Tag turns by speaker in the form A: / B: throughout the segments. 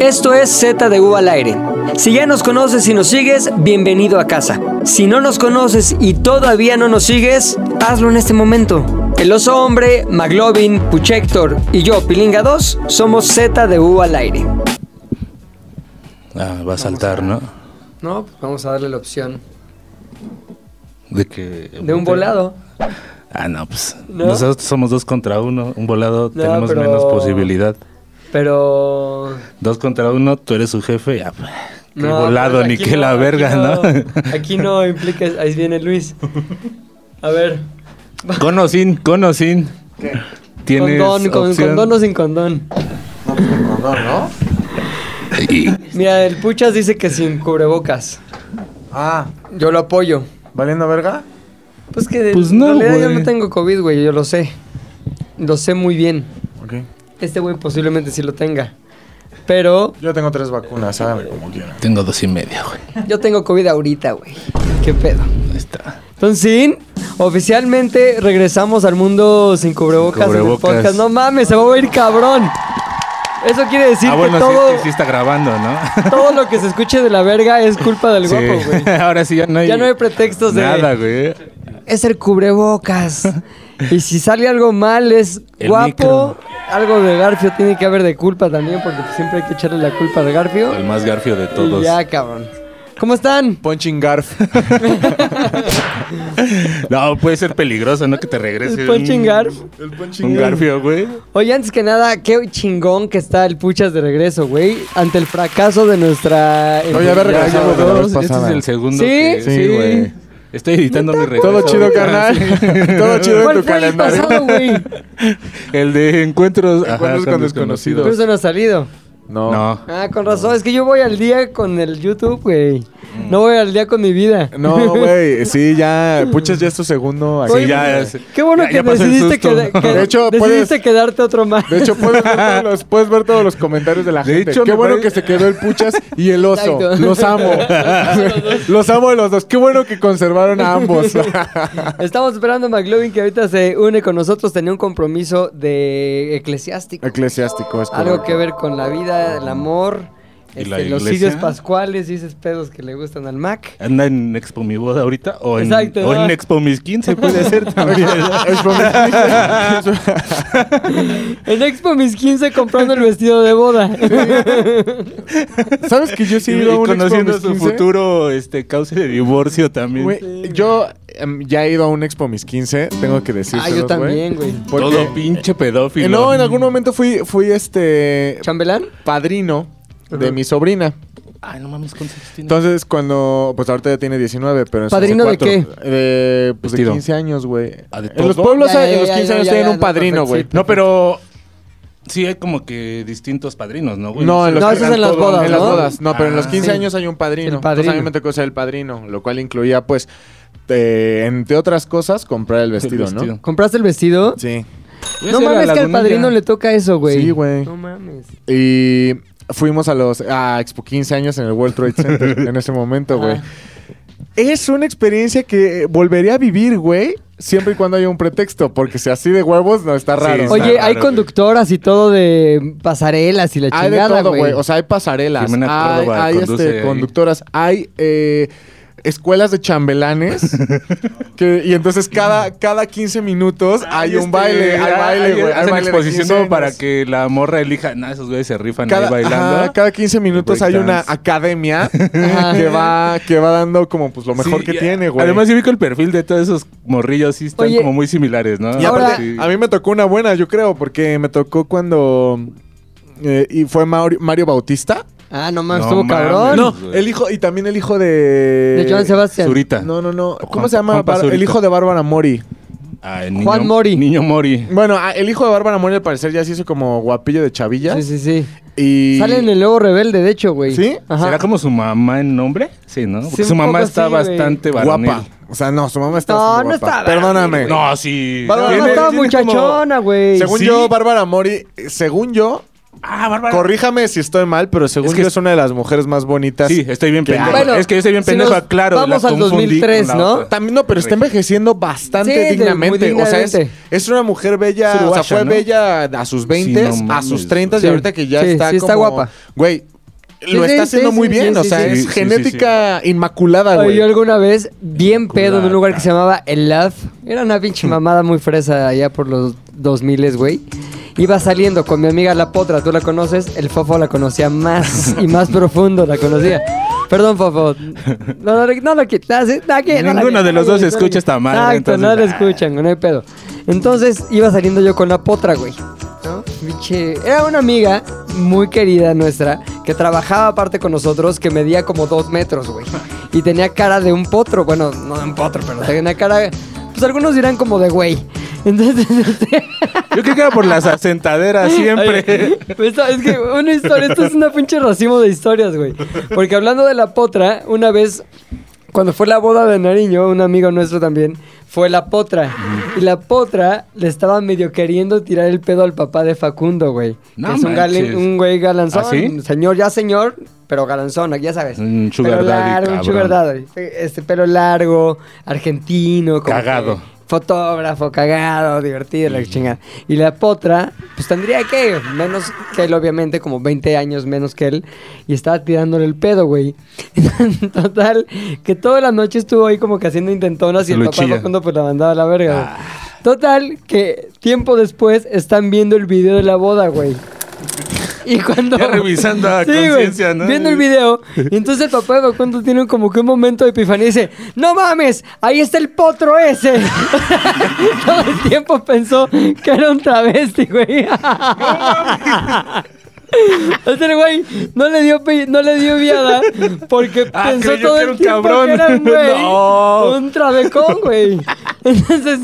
A: Esto es Z de U al aire. Si ya nos conoces y nos sigues, bienvenido a casa. Si no nos conoces y todavía no nos sigues, hazlo en este momento. El oso hombre, Maglovin, Puchector y yo, Pilinga 2, somos Z de U al aire.
B: Ah, va a saltar, ¿no?
A: No, pues vamos a darle la opción
B: De que.
A: de un volado.
B: Ah, no, pues.
A: ¿No?
B: Nosotros somos dos contra uno. Un volado
A: No,
B: tenemos
A: pero-
B: menos posibilidad.
A: Pero.
B: Dos contra uno, tú eres su jefe. Ya, pues, qué
A: No,
B: volado,
A: pues
B: ni
A: aquí
B: que
A: no,
B: la
A: aquí
B: verga, ¿no?
A: Aquí no implica. Ahí viene Luis. A ver.
B: Con o sin, con o sin. Tienes
A: Condón, con,
B: opción?
A: condón o sin condón.
C: Condón, ¿no?
A: Mira, el Puchas dice que sin cubrebocas.
C: Ah,
A: Yo lo apoyo.
C: ¿valiendo verga?
A: Pues que
B: Pues
A: en
B: no,
A: realidad yo
B: güey.
A: no tengo COVID, güey, yo lo sé. Lo sé muy bien.
C: Ok.
A: Este güey posiblemente sí lo tenga. Pero
C: Yo tengo tres vacunas, hágame Este como quieran.
B: Tengo dos y media, güey.
A: yo tengo COVID ahorita, güey. ¿Qué pedo?
B: Ahí está.
A: Entonces, sí, oficialmente regresamos al mundo sin cubrebocas,
B: Sin
A: en el
B: cubrebocas.
A: podcast. No mames, se va a oír cabrón. Eso quiere decir
B: ah, bueno,
A: que
B: sí,
A: todo,
B: sí, sí está grabando, ¿no?
A: todo lo que se escuche de la verga es culpa del
B: Sí.
A: guapo, güey.
B: Ahora sí ya no hay.
A: Ya no hay pretextos de-
B: Nada, güey.
A: es el cubrebocas. y si sale algo mal, es
B: El
A: guapo.
B: micro.
A: Algo de Garfio tiene que haber de culpa también, porque pues siempre hay que echarle la culpa al Garfio.
B: El más garfio de
A: Y
B: todos.
A: ya, cabrón. ¿Cómo están?
C: Punching Garf.
B: No, puede ser peligroso, ¿no? Que te regrese.
A: El punching
B: un-
A: Garf.
C: El
B: Un garfio, güey.
A: Oye, antes que nada, qué chingón que está el Puchas de regreso, güey. Ante el fracaso de nuestra...
C: No, ya había regresado
A: ya,
C: de la
A: dos.
C: vez
B: Este es
C: pasada.
B: el segundo.
A: Sí,
B: que-
A: sí.
B: Estoy editando mi regreso.
C: Todo chido,
B: güey. Ah,
C: carnal. Todo chido en
A: ¿Cuál
C: tu
A: fue el
C: calendario.
A: pasado, güey?
B: El de encuentros, ajá,
C: Encuentros
B: con,
C: con
B: desconocidos.
C: desconocidos.
A: Pero eso no ha salido.
C: No.
B: No.
A: Ah, con razón. Es que yo voy al día con el YouTube, güey. No voy al día con mi vida.
C: Mm. No, güey. Sí, ya. Puchas, ya es tu segundo. aquí.
A: Oye,
B: ya
A: pues,
B: es-
A: Qué bueno
B: ya-
A: que
B: ya pasó el
A: decidiste,
B: susto.
A: queda- que-
C: De hecho,
A: decidiste
C: puedes-
A: quedarte otro más.
C: De hecho, puedes ver, todos los, puedes ver todos los comentarios de la
B: De
C: gente.
B: hecho,
C: Qué
B: me
C: bueno
B: parece-
C: que se quedó el Puchas y el oso.
A: Exacto.
C: Los amo. los amo a los dos. Qué bueno que conservaron a ambos.
A: Estamos esperando a McLovin que ahorita se une con nosotros. Tenía un compromiso de eclesiástico.
C: Eclesiástico, es
A: Algo
C: correcto.
A: que ver con la vida, el amor,
B: ¿Y
A: este,
B: la
A: los
B: iglesia?
A: sitios pascuales y esos pedos que le gustan al Mac.
B: Anda en Expo mi boda ahorita o en,
A: Exacto,
B: o
A: ¿no?
B: en Expo mis 15 puede ser también.
C: Es por-
A: En Expo mis 15 comprando el vestido de boda.
C: ¿Sabes que yo sí he
B: y
C: ido a un Expo
B: conociendo
C: Mis
B: su
C: 15?
B: futuro este cauce de divorcio también.
C: Güey, yo em, ya he ido a un Expo Mis 15, tengo que decir.
A: ah, yo también, güey.
B: Todo pinche pedófilo.
C: Eh, No, en algún momento fui, fui este
A: ¿Chambelán?
C: padrino de
A: Ajá.
C: mi sobrina.
B: Ay, no mames, ¿cuántos años tiene?
C: Entonces, cuando. Pues ahorita ya tiene 19, pero. en sus
A: ¿Padrino de
C: 64, De, pues, de
B: Vestido.
C: 15 años, güey.
B: Ah, ¿de
C: En los
B: todo?
C: pueblos,
A: Ya,
C: hay-
A: ya,
C: en los
A: ya,
C: 15
A: ya,
C: años
A: ya,
C: tienen
A: ya,
C: un
A: no,
C: padrino, güey.
A: perfecto,
B: No, pero sí hay como que distintos padrinos, ¿no, güey?
C: No, en los
A: No, eso es en las
C: todo-
A: bodas,
C: En
A: ¿no?
C: las bodas. No, pero en los
B: Ah.
C: 15
A: Sí.
C: años hay un padrino.
A: El
C: Entonces a
A: padrino.
C: mí me tocó ser el padrino, lo cual incluía, pues, eh, entre otras cosas, comprar el vestido,
B: vestido.
C: ¿no?
A: ¿Compraste el vestido?
C: Sí.
A: No mames que al padrino le toca eso, güey.
C: Sí, güey.
A: No mames.
C: Y fuimos a los a Expo 15 años en el World Trade Center en ese momento, güey.
A: Ajá.
C: Es una experiencia que volveré a vivir, güey, siempre y cuando haya un pretexto, porque si así de huevos no está
B: Sí,
C: raro.
B: está
A: Oye,
B: raro,
A: hay
B: güey.
A: conductoras y todo de pasarelas y la
C: hay Ah, de
A: chingada,
C: todo, güey.
A: güey.
C: O sea, hay pasarelas,
B: Jimena
C: hay,
B: Córdoba
C: hay,
B: conduce
C: este,
B: ahí.
C: conductoras, hay eh, escuelas de chambelanes. que- y entonces cada, cada 15 minutos hay
B: este,
C: un baile, hay baile, güey. Hay
B: Hay una
C: baile de
B: exposición
C: 15
B: como para
C: años.
B: que la morra elija. Nah, esos güeyes se rifan ahí bailando.
C: ajá, cada 15 minutos hay una
B: Breakdance.
C: academia que va que va dando como pues lo mejor
B: Sí,
C: que
B: y-
C: tiene, güey.
B: Además, yo vi que el perfil de todos esos morrillos sí están
A: Oye,
B: como muy similares, ¿no?
C: y
A: ahora-
C: aparte,
B: Sí.
C: a mí me tocó una buena, yo creo, porque me tocó cuando eh, y fue Mauri- Mario Bautista.
A: Ah, no mames,
B: No
A: estuvo
B: mames.
A: cabrón.
B: No.
C: El hijo y también el hijo de
A: De Joan Sebastián.
B: Zurita.
C: No, no, no.
B: O
C: ¿Cómo
B: Juan-
C: se llama?
B: Juan
C: Bar- el
B: Pazurita.
C: hijo de Bárbara Mori.
B: Ah, el niño-
A: Juan Mori.
B: Niño Mori.
C: Bueno, ah, el hijo de Bárbara Mori al parecer ya se hizo como guapillo de chavillas.
A: Sí, sí, sí.
C: Y...
A: Sale en el nuevo rebelde, de hecho, güey.
C: ¿Sí?
A: Ajá.
B: ¿Será como su mamá en nombre? Sí, ¿no? Porque
A: Sí,
B: su
A: un
B: mamá
A: poco
B: está
A: sí, güey.
B: bastante varonil.
C: Guapa. O sea, no, su mamá está
A: No,
C: guapa.
A: no está varonil,
C: Perdóname.
B: No, sí.
A: Bárbara
B: Tiene-
A: estaba
B: tiene como-
A: muchachona, güey.
C: Según
B: Sí.
C: yo, Bárbara Mori, eh, según yo,
B: Ah, Bárbara.
C: Corríjame si estoy mal, pero según
B: Es que
C: yo
B: es-
C: es una de las mujeres más bonitas.
B: Sí, estoy bien
C: que
B: pendejo.
A: Bueno,
B: es que yo estoy bien
A: si
B: pendejo,
A: nos
B: claro. la
A: vamos al
B: confundí con
A: 2003,
B: la
A: ¿no?
B: otra.
C: También, no, pero está envejeciendo bastante
A: Sí, de-
C: dignamente.
A: muy
C: O sea, es,
A: dignamente.
C: es una mujer bella.
B: Es uruguaya,
C: o sea, fue
B: ¿no?
C: bella a sus 20,
B: Sí, no
C: a sus
B: mames,
C: 30 y
A: güey.
C: ahorita que ya
A: Sí,
C: está
A: sí, está
C: como-
A: guapa.
C: Güey, lo
A: Sí, sí,
C: está haciendo
A: sí,
C: muy
A: sí,
C: bien.
A: sí,
C: o sea,
A: sí,
C: es
B: sí.
C: genética inmaculada,
A: Oye,
C: güey.
A: yo alguna vez, bien pedo de un lugar que
B: Culata.
A: se llamaba El Love, era una pinche mamada muy fresa allá por los 2000, güey. Iba saliendo con mi amiga La Potra, tú la conoces, el Fofo la conocía más y más profundo, la conocía. Perdón, Fofo. No, no, no lo qui- no, sí, no, aquí, no la
B: Ninguno
A: qui-
B: de los
A: no,
B: dos
A: no,
B: escucha esta madre,
A: Exacto, no la
B: entonces, ah.
A: escuchan, no hay pedo. Entonces iba saliendo yo con La Potra, güey. ¿no? Pinche- Era una amiga muy querida nuestra que trabajaba aparte con nosotros que medía como dos metros, güey. Y tenía cara de un potro. Bueno, no de un potro, pero tenía cara. Pues algunos dirán como de güey. Entonces, este,
B: Yo creo que era por las asentaderas siempre.
A: esto- es que una historia, esto es una pinche racimo de historias, güey. Porque hablando de la potra, una vez, cuando fue la boda de Nariño, un amigo nuestro también, fue la potra. Y la potra le estaba medio queriendo tirar el pedo al papá de Facundo, güey.
B: No
A: que es un, galen-
B: manches.
A: un güey galanzón.
B: ¿Ah, sí?
A: Señor, ya señor, pero galanzón, ya sabes.
B: Un sugar
A: Pelo
B: daddy,
A: largo, un
B: cabrón.
A: sugar daddy. Este pelo largo, argentino. como
B: Cagado.
A: que fotógrafo, cagado, divertido, la chingada. Y la potra, pues tendría que, menos que él, obviamente, como 20 años menos que él, y estaba tirándole el pedo, güey. Total, que toda la noche estuvo ahí como que haciendo intentonas y
B: Se
A: el
B: lo
A: papá
B: chilla. Ah.
A: Facundo, pues la mandaba a la verga, güey. Total, que tiempo después están viendo el video de la boda, güey. Y cuando.
B: Ya revisando a
A: güey,
B: conciencia, ¿no?
A: Viendo el video. Y entonces el papá de Facundo tiene como que un momento de epifanía y dice: ¡No mames! ¡Ahí está el potro ese! Todo el tiempo pensó que era un travesti, güey. O sea, el güey no le dio pe- no le dio viada porque
B: Ah,
A: pensó
B: creyó
A: todo
B: que
A: el
B: era un
A: tiempo
B: cabrón.
A: que era un güey,
B: No.
A: un trabecón, güey. Entonces,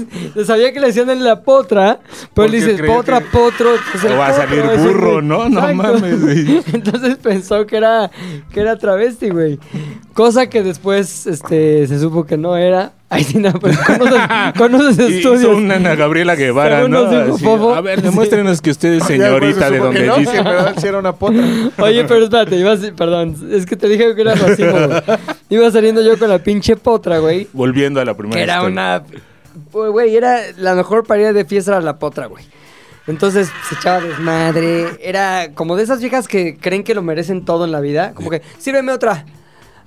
A: sabía que le decían en la potra, pero
B: Porque
A: le dices
B: creyó
A: potra,
B: que-
A: potro, pues el
B: O va a
A: potro
B: salir
A: es un
B: burro,
A: güey.
B: ¿no? No mames, güey.
A: Entonces pensó que era que era travesti, güey. Cosa que después este se supo que no era. Ay, sí, no, pero conoces, conoces
B: Y hizo
A: estudios.
B: una Ana Gabriela Guevara,
A: Según
B: ¿no?
A: nos dijo
B: Así,
A: Fofo.
B: a ver, demuéstrenos que usted es
C: Ya después se
B: señorita de
C: supo
B: donde
C: que no, que
B: dice.
C: en verdad sí era una potra.
A: Oye, pero espérate, iba a- perdón, es que te dije que era racismo, güey. Iba saliendo yo con la pinche potra, güey.
B: Volviendo a la primera
A: Que era
B: historia.
A: una. Pues, Güey, era la mejor parida de fiesta era la potra, güey. Entonces se echaba desmadre. Era como de esas viejas que creen que lo merecen todo en la vida. Como que, sírveme otra.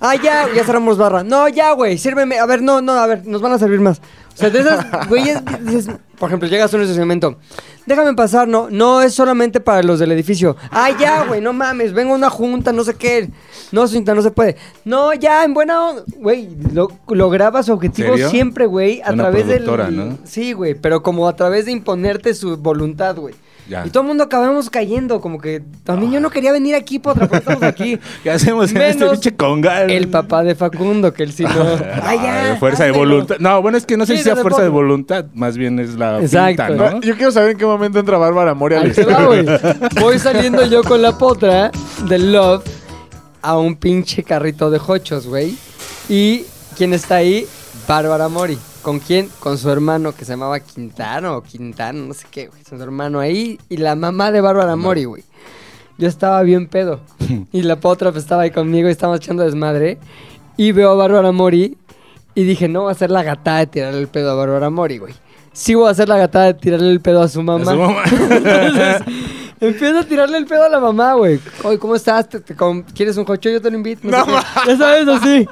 A: Ah, ya, ya cerramos barra. No, ya, güey, sírveme. A ver, no, no, a ver, nos van a servir más. O sea, de esas, güeyes, dices, por ejemplo, llegas a un estacionamiento. Déjame pasar, no, no, es solamente para los del edificio. Ah, ya, güey, no mames, vengo a una junta, no sé qué. No, cinta, no se puede. No, ya, en buena onda. Güey, lo- lograba su objetivo
B: ¿Serio?
A: siempre, güey, a
B: Una
A: través del...
B: productora, ¿no?
A: Sí, güey, pero como a través de imponerte su voluntad, güey.
B: Ya.
A: Y todo el mundo acabamos cayendo, como que también yo no quería venir aquí, potra, porque estamos aquí.
B: ¿Qué hacemos en este
A: Menos
B: pinche congal?
A: El papá de Facundo, que él sí no.
B: Ah,
A: Ay, ya,
B: de fuerza de
A: hazlo.
B: voluntad. No, bueno, es que no sé
A: Sí,
B: si sea
A: de
B: fuerza de
A: poco.
B: voluntad, más bien es la
A: Exacto.
B: pinta,
C: No,
B: ¿no?
C: Yo quiero saber en qué momento entra Bárbara Moria. a la
A: Ahí te va,
C: historia.
A: güey. Voy saliendo yo con la potra del Love a un pinche carrito de hochos, güey. Y ¿quién está ahí? Bárbara Mori. ¿Con quién? Con su hermano que se llamaba Quintano o Quintano, no sé qué, güey. Su hermano ahí y la mamá de Bárbara Mori, güey. Yo estaba bien pedo. Y la potra pues, estaba ahí conmigo y estábamos echando desmadre. Y veo a Bárbara Mori y dije, no voy a hacer la gatada de tirarle el pedo a Bárbara Mori, güey. Sí voy a hacer la gatada de tirarle el pedo a su mamá.
B: A su mamá.
A: Entonces, empiezo a tirarle el pedo a la mamá, güey. Oye, ¿cómo estás? ¿Te- te com- ¿Quieres un cocho? Yo te lo invito. No, sé qué. ya sabes, así.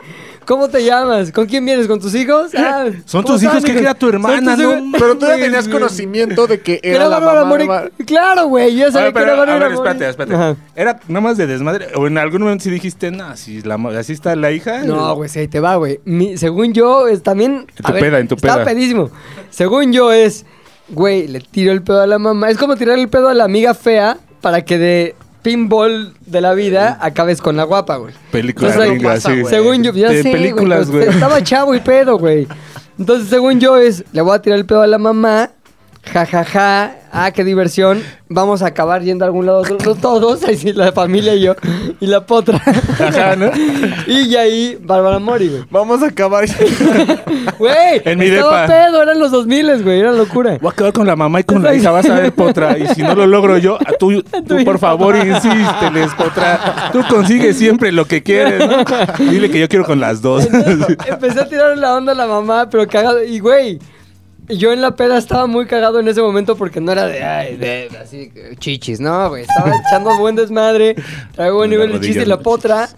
A: ¿Cómo te llamas? ¿Con quién vienes? ¿con tus hijos? Ah,
B: Son
A: ¿cómo
B: tus hijos,
A: están,
B: ¿qué
A: hijo?
B: crea tu
A: Son
B: hermana,
A: tus
B: no
A: hijos-
C: Pero tú ya tenías conocimiento de que
A: Que era
C: era la
A: Bárbara
C: mamá. de
A: Mori.
C: Bar-
A: Claro, güey. Yo
B: A
A: sabía
B: ver,
A: que era
B: pero, a
A: Bárbara
B: ver,
A: Mori.
B: espérate, espérate.
A: Ajá.
B: Era nada más de desmadre. O en algún momento sí dijiste, no, si la mo- así está la hija.
A: No, güey, sí, ahí te va, güey. Mi- Según yo, es también.
B: En
A: a
B: tu peda, en tu
A: estaba
B: peda.
A: pedísimo. Según yo, es. Güey, le tiro el pedo a la mamá. Es como tirar el pedo a la amiga fea para que de pinball de la vida acabes con la guapa, güey.
B: Película
A: Entonces,
B: gringa,
A: pasa,
B: sí.
A: güey. Según yo, ya
B: De
A: sé, güey,
C: pues,
A: pues,
B: películas,
A: pero
B: güey.
A: Estaba chavo y pedo, güey. Entonces, según yo, es. Le voy a tirar el pedo a la mamá. Ja, ja, ja. Ah, qué diversión. Vamos a acabar yendo a algún lado todos, todos ahí sí, la familia y yo, y la potra.
B: Ajá, ¿no?
A: y ya ahí, Bárbara Mori, güey.
C: Vamos a acabar.
A: Güey,
B: En mi
A: estaba
B: depa.
A: pedo, eran los 2000, güey, era locura.
B: Voy a quedar con la mamá y con la hija, vas a ver, Potra. Y si no lo logro yo, a tú, tú por favor insísteles, Potra. Tú consigues siempre lo que quieres, ¿no? Dile que yo quiero con las dos.
A: Entonces, empecé a tirar la onda a la mamá, pero cagado. Y güey, yo en la peda estaba muy cagado en ese momento porque no era de, ay, de así chichis, no, güey. Estaba echando buen desmadre, traigo buen
B: Una
A: nivel de
B: rodilla
A: chiste y
B: en
A: la
B: los
A: potra.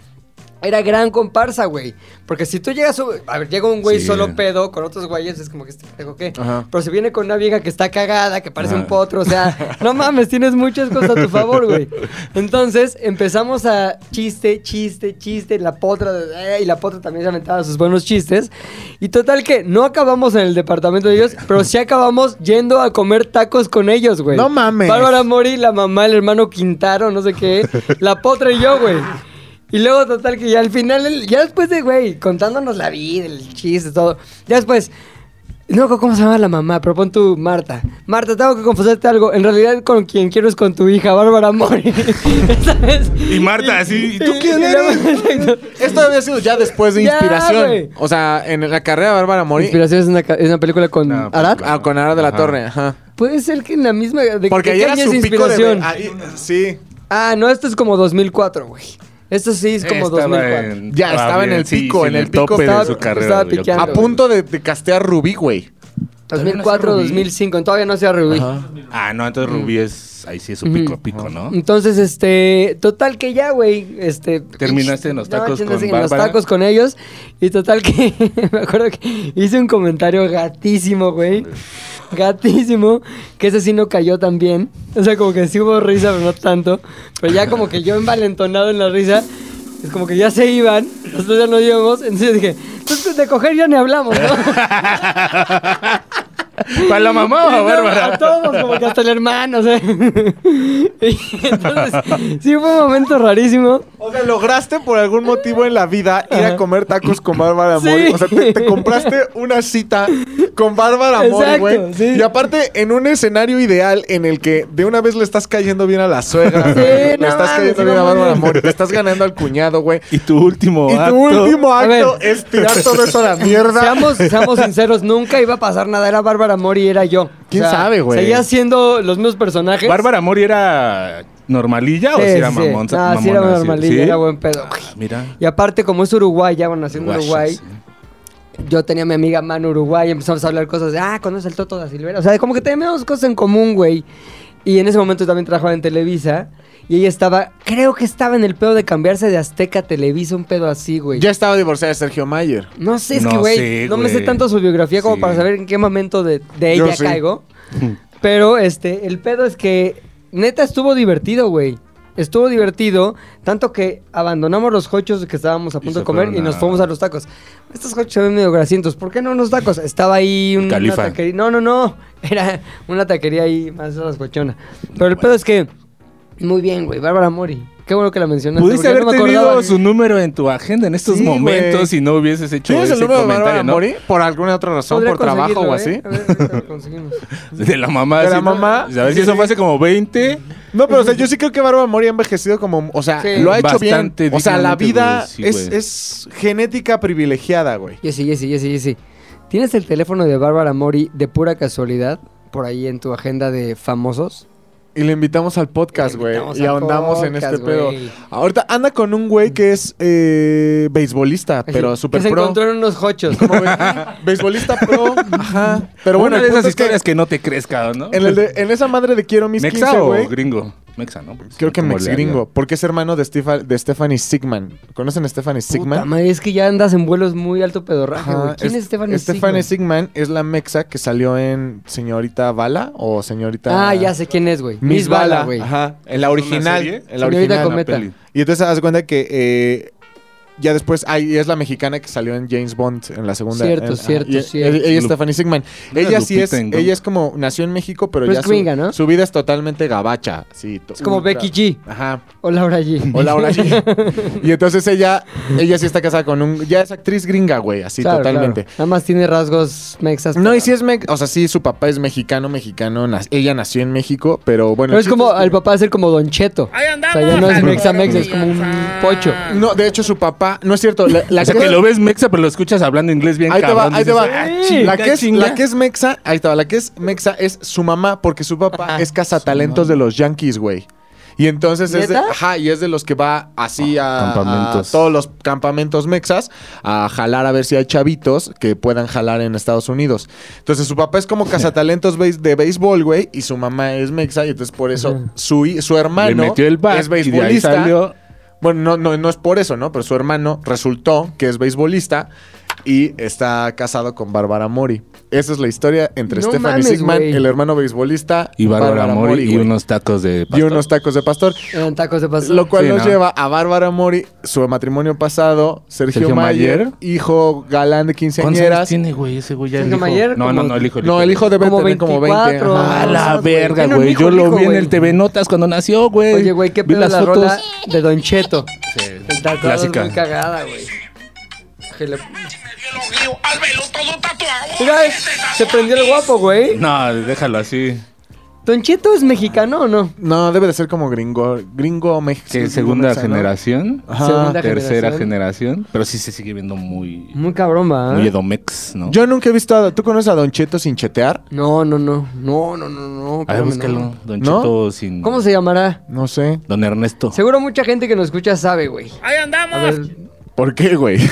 A: Era gran comparsa, güey. Porque si tú llegas, a ver, llega un güey
B: Sí.
A: solo pedo con otros güeyes, es como que este pendejo qué.
C: Ajá.
A: Pero si viene con una vieja que está cagada, que parece un
B: Ajá.
A: potro, o sea, no mames, tienes muchas cosas a tu favor, güey. Entonces empezamos a chiste, chiste, chiste, la potra, eh, y la potra también se aventaba sus buenos chistes. Y total que no acabamos en el departamento de ellos, pero sí acabamos yendo a comer tacos con ellos, güey.
C: No mames.
A: Bárbara Mori, la mamá, el hermano Quintaro, no sé qué, la potra y yo, güey. Y luego, total, que ya al final, el- ya después de, güey, contándonos la vida, el chiste, todo. Ya después, no, me acuerdo ¿cómo se llama la mamá? Pero pon tú, Marta. Marta, tengo que confesarte algo. En realidad, con quien quiero es con tu hija, Bárbara Mori. ¿Sabes?
B: Y Marta, así, ¿y tú quién
A: y la-
C: Esto había sido ya después de
A: Ya,
C: inspiración.
A: güey.
C: o sea, en la carrera de Bárbara Mori.
A: Inspiración es una, ca- es una película con
B: No, pues,
A: Arad.
B: claro.
C: Ah, con Ara de la
B: Ajá.
C: Torre, ajá.
A: Puede ser que en la misma. ¿de
C: Porque
A: qué
C: ahí era
A: año
C: su
A: es
C: pico de...
A: inspiración?
C: ahí- sí.
A: Ah, no, esto es como 2004, güey. Esto sí es como 2004.
C: Ya estaba en el pico, en el pico
B: tope
C: estaba-
B: de su carrera.
A: estaba
B: güey, yo
A: piqueando.
C: A
B: creo.
C: punto de, de castear Rubí, güey.
A: 2004, 2005. Todavía no se ha
B: Ah, no, entonces Rubí es, ahí sí es
C: Mm.
B: su pico, pico, ¿no?
A: Entonces, este, total que ya, güey, este...
B: Terminaste en los
A: no,
B: tacos
A: chingas,
B: con
A: en los
B: Bárbara.
A: tacos con ellos. Y total que, me acuerdo que hice un comentario gatísimo, güey. Gatísimo, que ese sí no cayó tan bien. O sea, como que sí hubo risa, pero no tanto. Pero ya como que yo envalentonado en la risa, es como que ya se iban, nosotros ya nos íbamos. Entonces dije, entonces de coger ya ni hablamos, ¿no?
B: ¿Para la mamá o a
A: No, A
B: Bárbara?
A: todos, como que hasta el hermano, o sea. Y Entonces, sí, fue un momento rarísimo.
C: O sea, lograste por algún motivo en la vida ir a comer tacos con Bárbara
A: Sí.
C: Mori. O sea, te, te compraste una cita con Bárbara Mori,
A: Exacto,
C: güey.
A: sí.
C: Y aparte, en un escenario ideal en el que de una vez le estás cayendo bien a la suegra,
A: Sí,
C: güey, le
A: no
C: estás
A: mames,
C: cayendo
A: no
C: bien a Bárbara
A: mames.
C: Mori, le estás ganando al cuñado, güey.
B: Y tu último
C: Y
B: acto.
C: tu último
A: A ver.
C: acto es tirar todo eso a la mierda.
A: Seamos, seamos sinceros, nunca iba a pasar nada. Era Bárbara Mori y era yo.
C: ¿Quién sabe, güey?
A: Seguía siendo los mismos personajes.
B: ¿Bárbara Mori era normalilla o
A: Sí,
B: si era
A: sí.
B: mamón?
A: No, sí era
B: mamona,
A: normalilla,
B: ¿sí?
A: era buen pedo, güey.
B: Ah, Mira.
A: Y aparte, como es Uruguay, ya bueno, naciendo en Uruguay,
B: Guachas, sí.
A: yo tenía a mi amiga Manu Uruguay, empezamos a hablar cosas de, ah, conoce el Toto da Silvera. O sea, como que teníamos cosas en común, güey. Y en ese momento también trabajaba en Televisa. Y ella estaba, creo que estaba en el pedo de cambiarse de Azteca a Televisa, un pedo así, güey.
C: Ya estaba divorciada de Sergio Mayer.
A: No sé, es
B: No
A: que, güey,
B: sé,
A: no me sé
B: güey.
A: tanto su biografía como
B: Sí.
A: para saber en qué momento de, de
C: Yo
A: ella
C: sí.
A: caigo. Pero, este, el pedo es que, neta, estuvo divertido, güey. Estuvo divertido, tanto que abandonamos los hochos que estábamos a
B: Y
A: punto
B: se
A: de comer y
B: fueron
A: nos
B: a-
A: fuimos a los tacos. Estos hochos se ven medio grasientos. ¿Por qué no unos tacos? Estaba ahí una
B: Califa.
A: taquería. No, no, no. Era una taquería ahí más rascochona. Pero el pedo es que, muy bien, güey. Bárbara Mori. Qué bueno que la mencionaste.
B: Pudiste
A: porque
B: haber
A: yo no me
B: tenido
A: acordaba.
B: su número en tu agenda en estos
C: Sí, güey.
B: momentos si no hubieses hecho
C: ¿Tienes
B: ese
C: el número de Bárbara
B: comentario, ¿no?
C: Mori? ¿Por alguna otra razón?
A: Podría
C: ¿Por trabajo o así?
A: conseguirlo, ¿eh? A ver, ahorita lo conseguimos.
B: De la mamá.
C: De la
B: así, ¿no?
C: mamá.
B: A ver si eso fue hace como 20.
C: No, pero o sea, yo sí creo que Bárbara Mori ha envejecido como. O sea,
A: ¿eh? Sí.
C: lo ha hecho
B: Bastante
C: bien. O sea, la
B: dignamente,
C: vida
B: güey, sí,
C: es,
B: güey.
C: es genética privilegiada, güey.
A: Jessy, Jessy, Jessy, Jessy. ¿Tienes el teléfono de Bárbara Mori de pura casualidad por ahí en tu agenda de famosos?
C: Y le invitamos al podcast,
A: Le
C: güey.
A: invitamos
C: Y
A: al
C: ahondamos en
A: podcast,
C: este pedo.
A: güey.
C: Ahorita anda con un güey que es eh, beisbolista, pero
A: Así,
C: super
A: que se
C: pro.
A: encontró en unos hochos.
C: Como ve- beisbolista pro. Ajá. Pero bueno,
B: una de
C: el
B: esas
C: punto es que
B: historias que... no te crezca, ¿no?
C: en, el de- en esa madre de Quiero Mis
B: ¿Mexa
C: 15,
B: o
C: güey.
B: gringo? Mexa, ¿no? Porque
C: Creo que
B: ¿cómo
C: Mex
B: le haría?
C: gringo. Porque es hermano de, Steve- de Stephanie Sigman. ¿Conocen a Stephanie
A: Puta
C: Sigman?
A: madre, es que ya andas en vuelos muy alto pedorraje,
C: Ajá,
A: güey. ¿Quién es Stephanie
C: Stephanie
A: Sigman?
C: Sigman es la mexa que salió en Señorita Bala o Señorita.
A: Ah, ya sé quién es, güey.
C: Miss Bala,
A: güey.
C: Ajá. En la
B: ¿Es una
C: original.
B: serie?
C: En la
A: Señorita
C: original.
A: Cometa.
B: peli.
C: Y entonces haz cuenta que eh, ya después ahí es la mexicana que salió en James Bond en la segunda.
A: Cierto,
C: en- ah,
A: cierto,
C: y- e-
A: cierto.
C: Ella, es Stephanie Sigman.
B: Una
C: Ella sí es,
B: Lupita en-
C: ella es como nació en México, pero,
A: Pero
C: ya
A: Pues es
C: su,
A: gringa, ¿no?
C: su vida es totalmente gabacha. Sí,
A: Es como Becky G
C: Ajá.
A: o Laura G.
C: O Laura G. y entonces ella, ella sí está casada con un, ya es actriz gringa, güey, así
A: Claro,
C: totalmente.
A: claro. Nada más tiene rasgos mexas.
C: No,
A: pero-
C: y sí es, mex- o sea, sí, su papá es mexicano, mexicano, nas- ella nació en México, pero bueno.
A: Pero
C: el
A: es
C: chiste
A: como
C: que-
A: el papá va a ser como Don Cheto. O sea, ya no es mexa mexa, es como un pocho.
C: No, de hecho su papá, no es cierto, la, la
B: O sea,
C: que-
B: que lo ves mexa, pero lo escuchas hablando inglés bien
C: Ahí te va,
B: cabrón.
C: ahí te va.
B: dices, "Ah,
C: la,
B: chinga,
C: que es,
B: chinga".
C: la que es mexa, ahí te va, la que es mexa es su mamá, porque su papá es cazatalentos de los Yankees, güey. Y entonces es de,
A: ¿Neta?
C: ajá, y es de los que va así a,
B: Campamentos.
C: a todos los campamentos mexas a jalar a ver si hay chavitos que puedan jalar en Estados Unidos. Entonces su papá es como cazatalentos beis- de béisbol, güey, y su mamá es mexa, y entonces por eso su, hi- su
B: Le
C: hermano
B: metió el bat
C: es
B: y de ahí
C: beisbolista.
B: salió.
C: Bueno, no, no, no es por eso, ¿no? Pero su hermano resultó que es beisbolista y está casado con Bárbara Mori. Esa es la historia entre
A: No
C: Stephanie
A: mames,
C: Sigman,
A: güey.
C: el hermano beisbolista,
B: Y Bárbara Mori y
C: güey.
B: unos tacos de
C: Y unos tacos de pastor.
A: Eran tacos de pastor.
C: Lo cual
B: Sí,
C: nos
B: ¿no?
C: lleva a Bárbara Mori, su matrimonio pasado, Sergio,
B: Sergio
C: Mayer,
B: Mayer.
C: hijo galán de
B: ¿Cuántos años
C: quinceañeras.
B: tiene, güey? Ese güey ya
A: Sergio
B: el hijo-
A: Mayer,
B: No,
A: como-
B: no, no, el hijo.
C: No, el hijo debe
A: Como
C: tener como 20.
A: 24.
C: ajá.
B: A la
A: Ah, güey.
B: verga,
A: Bueno,
B: güey.
A: hijo,
B: Yo lo
A: hijo,
B: vi en
A: güey.
B: el TV Notas cuando nació, güey.
A: Oye, güey, qué
B: Vi
A: pedo
B: las
A: la
B: fotos.
A: rola de Don Cheto. El tatuado es
B: Clásica.
A: muy cagada, güey. Que le-
D: Al velo todo tatuado.
A: Mira, se prendió el guapo, güey.
B: No, déjalo así.
A: ¿Don Cheto es mexicano o no?
C: No, debe de ser como gringo, gringo mexicano.
B: Que segunda generación.
C: Ajá.
A: Ah, Segunda
B: Tercera
A: generación. Ah.
B: generación. Pero sí se sigue viendo muy.
A: Muy cabrón, va.
B: Muy Edomex, ¿no?
C: Yo nunca he visto a... ¿Tú conoces a Don Cheto sin chetear?
A: No, no, no. No, no, no, no.
B: A ver,
A: espérame,
B: búscalo.
A: no.
B: Don
C: ¿No?
B: Cheto sin.
A: ¿Cómo se llamará?
C: No sé.
B: Don Ernesto.
A: Seguro mucha gente que nos escucha sabe, güey. Ahí andamos. A ver,
C: ¿Por qué, güey?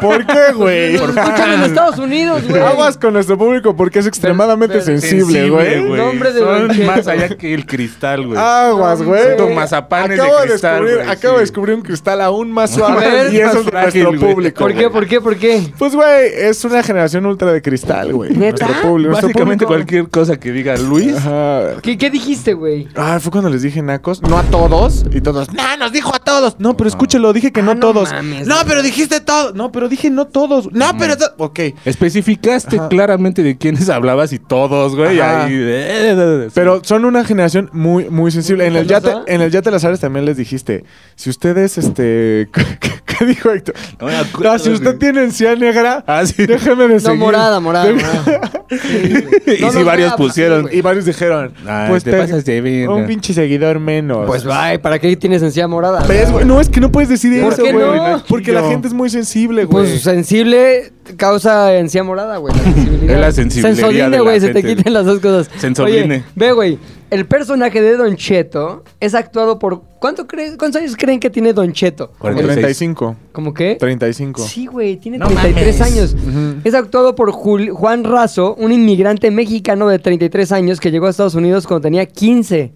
C: ¿Por qué, güey?
A: nos escuchan en Estados Unidos, güey.
C: Aguas con nuestro público porque es extremadamente
A: Pero-
C: sensible, güey.
A: güey. Nombre de Don
B: Son
A: Cheto.
B: más allá que el cristal, güey.
A: Ah,
C: Aguas, güey.
B: Son como mazapanes de
C: acabo
B: cristal,
C: descubrir,
B: güey,
C: Acabo de
B: sí.
C: descubrir un cristal aún más
A: ver,
C: suave y
B: más
C: eso es de
B: frágil,
C: nuestro
B: güey.
C: público.
A: ¿Por qué,
C: güey.
A: por qué, por qué?
C: Pues, güey, es una generación ultra de cristal, güey.
A: ¿Neta?
C: Nuestro público. nuestro
B: Básicamente
C: público.
B: cualquier cosa que diga Luis.
C: Ajá.
A: ¿Qué, qué dijiste, güey?
C: Ah, fue cuando les dije nacos. No a todos. Y todos. No, nos dijo a todos. No, pero escúchelo. Dije que no
A: no
C: todos.
A: mames,
C: no,
A: güey.
C: pero dijiste todos. No, pero dije no todos. No, pero. to-". Ok.
B: Especificaste claramente de quiénes hablabas y todos, güey.
C: Ajá.
B: Ahí. eh, eh, eh, eh.
C: Pero son una generación muy, muy sensible. En el yate,
A: celosa.
C: en el yate de las Ares también les dijiste, si ustedes, este, ¿qué, qué dijo Héctor?
B: No me acuerdo,
C: Ah, si usted
B: güey.
C: tiene encía negra,
B: Ah, sí.
C: déjeme de
A: No,
C: seguir.
A: morada, morada,
C: De-
A: morada.
B: Y si varios
A: pues
B: pusieron,
C: Y varios dijeron,
B: Ay,
C: pues
B: Ah, te
C: te-
B: pasas de verga.
C: un pinche seguidor menos.
A: Pues, ay, ¿para qué tienes encía morada?
B: pues,
C: ¿Ves, güey? No, es que no puedes decir
A: ¿Por
C: eso,
A: qué
C: güey.
A: no?
C: Porque la
B: Yo.
C: gente es muy sensible, güey.
A: Pues sensible causa encía morada, güey. la sensibilidad.
B: Es la sensibilidad de
A: Sensoline,
B: la
A: güey, se te
B: gente.
A: quitan las dos cosas.
B: Sensoline.
A: Oye, ve, güey, el personaje de Don Cheto es actuado por... ¿cuánto crees- ¿Cuántos años creen que tiene Don Cheto?
C: Como 35.
A: ¿Cómo qué?
C: 35.
A: Sí, güey, tiene 33 años. Es actuado por Jul- Juan Razo, un inmigrante mexicano de 33 años que llegó a Estados Unidos cuando tenía 15.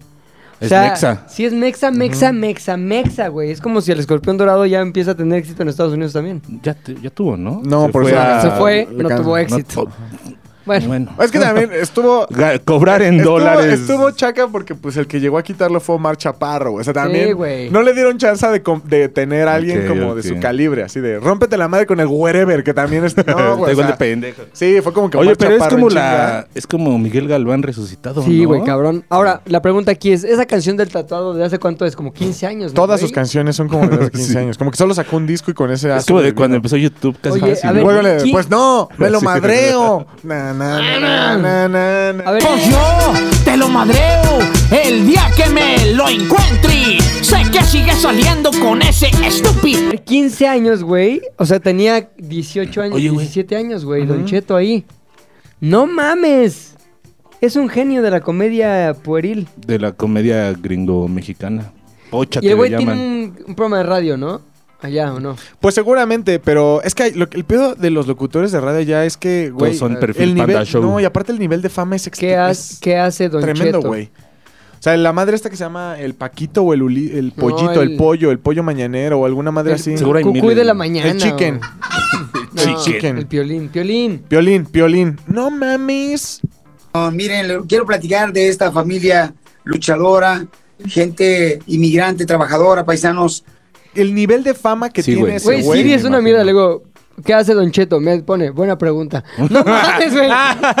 B: Es mexa.
A: Sí, es mexa, mexa, mexa, mexa, güey. Es como si el escorpión dorado ya empieza a tener éxito en Estados Unidos también.
B: Ya, tu- ya tuvo, ¿no?
C: No, por
B: fue
C: eso-
B: a-
A: Se fue,
C: le
A: no
C: can-
A: tuvo
C: no
A: éxito.
B: to-
A: bueno,
B: Bueno.
C: Es que también estuvo...
B: Ga- Cobrar en
C: Estuvo-
B: dólares.
C: Estuvo chaca porque pues el que llegó a quitarlo fue Omar Chaparro. güey. O sea, también
A: güey.
C: no le dieron chance de, com- de tener a alguien
B: Ok,
C: como de
B: ok.
C: su calibre, así de rómpete la madre con el wherever, que también es. No,
B: Está
C: güey, o
B: igual
C: sea,
B: de pendejo.
C: Sí, fue como que
B: Oye,
C: Omar
B: pero es
C: Chaparro en
B: como
C: chinga.
B: la. Es como Miguel Galván resucitado.
A: sí,
B: ¿no?
A: güey, cabrón. Ahora, la pregunta aquí es, esa canción del tatuado de hace cuánto es, como 15 años, ¿no,
C: Todas
A: güey?
C: sus canciones son como de hace 15
B: Sí.
C: años. Como que solo sacó un disco y con ese.
B: Es como de cuando empezó YouTube casi.
A: Oye,
B: casi,
A: a
B: ¿no?
A: ver,
C: Luego le-
A: ¿quién- Ah,
C: pues no, me lo
B: Sí.
C: madreo. Na, na, na, na, na, na.
A: A ver,
E: Pues yo te lo madreo el día que me lo encuentre. Sé que sigues saliendo con ese estúpido.
A: 15 años, güey. O sea, tenía 18 años,
B: Oye, güey.
A: 17 años, güey. Don Cheto ahí. ¡No mames! Es un genio de la comedia pueril.
B: De la comedia gringo-mexicana. Pocha,
A: Y
B: te
A: el
B: le
A: güey tiene
B: llaman.
A: un, un programa de radio, ¿no? Allá o no.
C: Pues seguramente, pero es que hay- lo que- el pedo de los locutores de radio ya es que, güey.
B: son perfil
C: el nivel,
B: Panda Show.
C: No, y aparte el nivel de fama es
A: ¿Qué,
C: extre-
A: has-
C: es-
A: qué hace Don
C: Tremendo,
A: Cheto?
C: güey. O sea, la madre esta que se llama el Paquito o el, Uli- el
A: No,
C: pollito, el...
A: el-
C: pollo, el pollo mañanero o alguna madre
A: El
C: así.
B: Seguro hay
A: cucuy
B: miles.
A: de la mañana.
C: El chicken.
A: güey.
B: Sí,
A: No,
B: chicken.
A: El piolín, piolín.
C: Piolín, piolín. No mames.
F: No, miren, le- quiero platicar de esta familia luchadora, gente inmigrante, trabajadora, paisanos
C: el nivel de fama que
B: Sí,
C: tiene
B: güey.
C: ese
A: Güey,
C: güey.
B: güey,
A: Siri
B: me
A: es una
B: imagino.
A: mierda. Luego, ¿qué hace Don Cheto? Me pone, buena pregunta. No mames, güey.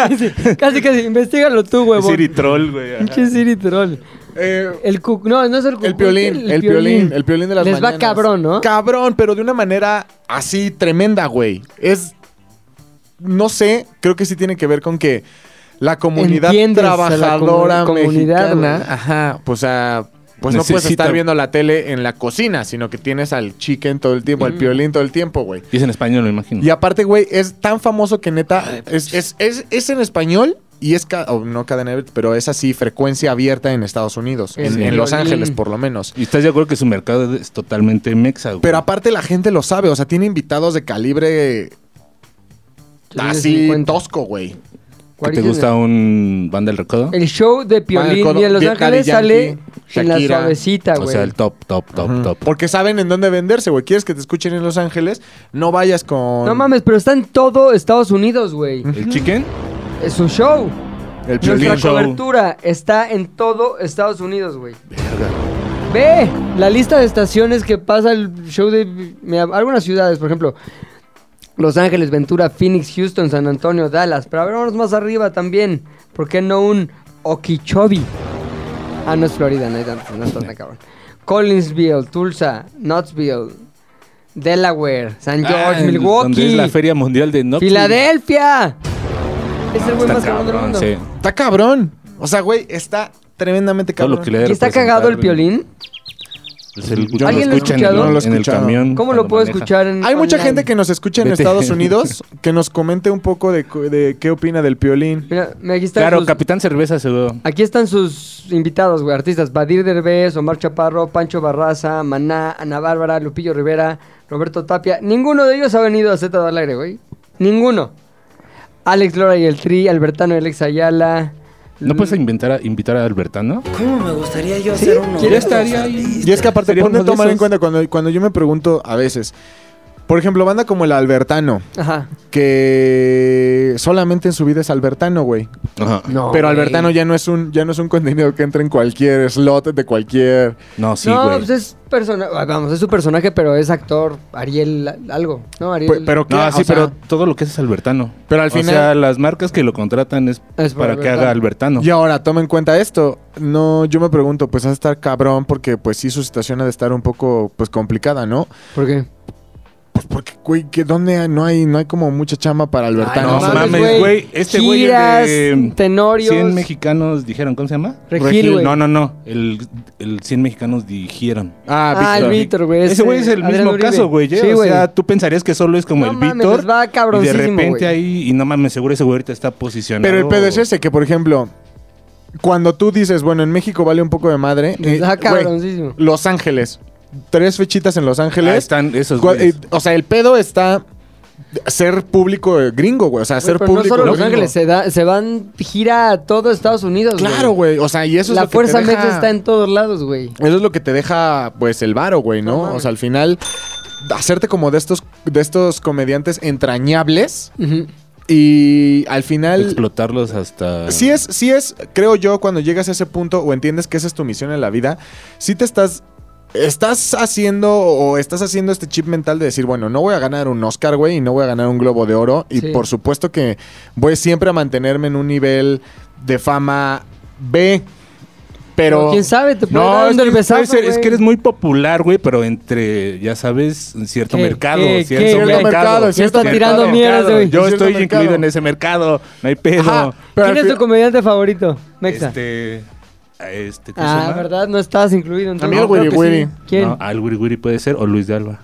A: Dice, casi, casi, investigalo tú,
B: Es
A: huevón.
B: Siri Troll, güey. ajá.
A: Pinche Siri troll.
C: Eh,
A: El cu... No, no es el cu-
C: el piolín, el, piolín, el piolín de las
A: Les va
C: mañanas.
A: cabrón, ¿no?
C: Cabrón, pero de una manera así tremenda, güey. Es no sé, creo que sí tiene que ver con que la comunidad
A: Entiendes a la comu-
C: trabajadora
A: comunidad,
C: mexicana,
A: güey.
C: ajá, pues ah, pues no puedes
B: Necesita-
C: estar viendo la tele en la cocina, sino que tienes al chicken todo el tiempo,
A: Mm.
C: al piolín todo el tiempo, güey.
B: Y es en español, me imagino.
C: Y aparte, güey, es tan famoso que neta
A: pues.
C: es, es, es, es en español y es, ca- o no cadena, de- pero es así frecuencia abierta en Estados Unidos,
A: El
C: en, en Los
A: Piolín.
C: Ángeles por lo menos.
B: Y estás de acuerdo que su mercado es totalmente mexa, güey.
C: Pero aparte la gente lo sabe, o sea, tiene invitados de calibre así
A: 50.
C: tosco, güey.
B: ¿Que te
A: Cuarenta.
B: gusta un banda del recodo?
A: El show de Piolín
C: Codo-
A: y en Los
C: Daddy
A: Ángeles
C: Yankee,
A: sale en la
C: Shakira.
A: suavecita,
B: o
A: güey.
B: sea, el top, top, top, top.
C: Porque saben en dónde venderse, güey. ¿Quieres que te escuchen en Los Ángeles? No vayas con
A: No mames, pero está en todo Estados Unidos, güey.
B: ¿El chicken?
A: Es su show.
C: el
A: Nuestra
C: Piolín Show.
A: cobertura está en todo Estados Unidos, güey. Ve la lista de estaciones que pasa el show de me- algunas ciudades, por ejemplo, Los Ángeles, Ventura, Phoenix, Houston, San Antonio, Dallas. Pero vámonos más arriba también. ¿Por qué no un Okeechobee? Ah, no es Florida, no hay tanto, no está tan cabrón. Collinsville, Tulsa, Knoxville, Delaware, San
B: Ah,
A: George,
B: el- Donde es
A: Milwaukee,
B: la feria mundial de Knoxville.
A: Filadelfia. Es el güey
B: Está
A: más cabrón del
B: cabrón,
A: mundo.
B: sí.
C: Está cabrón. O sea, güey, está tremendamente
B: Todo
C: cabrón.
B: lo que le ha de
A: ¿Y está
B: representar,
A: cagado el
B: güey.
A: violín?
B: Es el-
C: Yo
A: ¿Alguien
B: lo
A: lo ha
B: escucha en el-
A: escuchado?
B: en
A: No
C: lo he
B: el
C: escuchado.
B: camión
A: ¿Cómo lo
B: cuando
A: puedo
B: maneja.
A: escuchar en
C: Hay mucha
A: online?
C: gente que nos escucha en
B: Vete.
C: Estados Unidos que nos comente un poco de, cu- de qué opina del piolín.
A: Mira, mira, aquí están
B: Claro,
A: sus-
B: Capitán Cerveza, seguro.
A: Aquí están sus invitados, güey, artistas. Badir Derbez, Omar Chaparro, Pancho Barraza, Maná, Ana Bárbara, Lupillo Rivera, Roberto Tapia. Ninguno de ellos ha venido a Z al aire, güey. Ninguno. Alex Lora y el Tri, Albertano y Alex Ayala. Mm.
B: ¿No pues, puedes inventar a- invitar a Albertano?
G: ¿Cómo me gustaría yo ser uno?
A: ¿Quieres?
B: estaría ahí.
C: Y es que aparte,
B: Sería
C: ponte a
B: uno de
C: tomar en
B: esos.
C: cuenta cuando, cuando yo me pregunto a veces, por ejemplo, banda como el Albertano,
A: Ajá.
C: que solamente en su vida es Albertano, güey.
B: Ajá.
A: No.
C: Pero
A: güey.
C: Albertano ya no es un ya no es un contenido que entra en cualquier slot de cualquier.
B: No, sí,
A: no,
B: güey.
A: pues es persona, vamos, es su personaje, pero es actor, Ariel, algo, ¿no? Ariel.
C: Pe- Pero, ¿qué?
B: No,
C: O
B: sí,
C: sea,
B: pero todo lo que es es Albertano.
C: Pero al
B: o
C: final-
B: sea, las marcas que lo contratan es,
A: Es por
B: para que
A: Albertano.
B: haga Albertano.
C: Y ahora, toma en cuenta esto. No, yo me pregunto, pues va a estar cabrón, porque pues sí, su situación ha de estar un poco pues complicada, ¿no?
A: ¿Por qué?
C: Pues porque, güey, que donde no hay, no hay como mucha chama para Albertano.
B: no
C: O sea,
B: mames, güey. Este güey, el
A: Giras,
B: de-
A: tenorios.
B: 100 mexicanos dijeron, ¿cómo se llama?
A: Regil, güey.
B: No, no, no. El, el 100 mexicanos dijeron.
A: Ah, el Víctor, güey.
B: Ese güey es el
A: Adrián
B: mismo
A: Uribe.
B: caso, güey. ya,
A: Sí,
B: o
A: güey.
B: sea, tú pensarías que solo es como
A: No
B: el
A: mames,
B: Víctor.
A: les va
B: y de
A: cabroncísimo,
B: repente
A: güey.
B: ahí, y no mames, seguro ese güey ahorita está posicionado.
C: Pero el pedo es ese, que por ejemplo, cuando tú dices, bueno, en México vale un poco de madre. eh,
A: Ah,
C: güey,
A: cabroncísimo.
C: Los Ángeles. Tres fechitas en Los
B: Ahí
C: Ángeles.
B: están esos
C: Cua-
B: güeyes.
C: eh, o sea, el pedo está ser público eh, gringo, güey. O sea, ser
A: Pero no
C: público.
A: solo Los
C: gringo.
A: Ángeles, eh, se, da, se van gira a todo Estados Unidos,
C: Claro, güey. O sea, y eso
A: La
C: es lo
A: fuerza
C: que te
A: mexa
C: deja,
A: está en todos lados, güey.
C: Eso es lo que te deja, pues, el varo, güey,
A: No
C: ¿no?
A: mames.
C: o sea, al final, hacerte como de estos, de estos comediantes entrañables
A: Ujú.
C: y al final.
B: Explotarlos hasta.
C: Sí es, sí es, creo yo, cuando llegas a ese punto o entiendes que esa es tu misión en la vida, sí te estás. Estás haciendo o estás haciendo este chip mental de decir, bueno, no voy a ganar un Oscar, güey, y no voy a ganar un Globo de Oro. Y
A: Sí.
C: por supuesto que voy siempre a mantenerme en un nivel de fama B. Pero.
A: quién sabe, te puede
B: No,
A: dar
B: es
A: un
B: que,
A: derbezazo,
B: puede ser- es
A: güey.
B: que eres muy popular, güey, pero entre, ya sabes, un cierto
A: ¿Qué?
B: mercado.
A: ¿Qué?
B: cierto
A: ¿Qué?
B: mercado.
A: Cierto
C: mercado,
A: Ya está
B: mercado.
A: tirando mierdas, güey.
B: Yo
C: Cierto
B: estoy
C: mercado.
B: incluido en ese mercado. No hay pedo.
C: Ajá, pero
A: ¿Quién es
C: al
A: tu
C: fin-
A: comediante favorito, Mexa?
B: Este. a Este, ¿cómo se
A: ah,
B: llama?
A: ¿verdad? No estabas incluido en
C: A mí el
A: Creo
C: Wiri
A: que
C: Wiri.
A: sí. ¿Quién?
B: No, ah. al Wiri Wiri puede ser o Luis de Alba.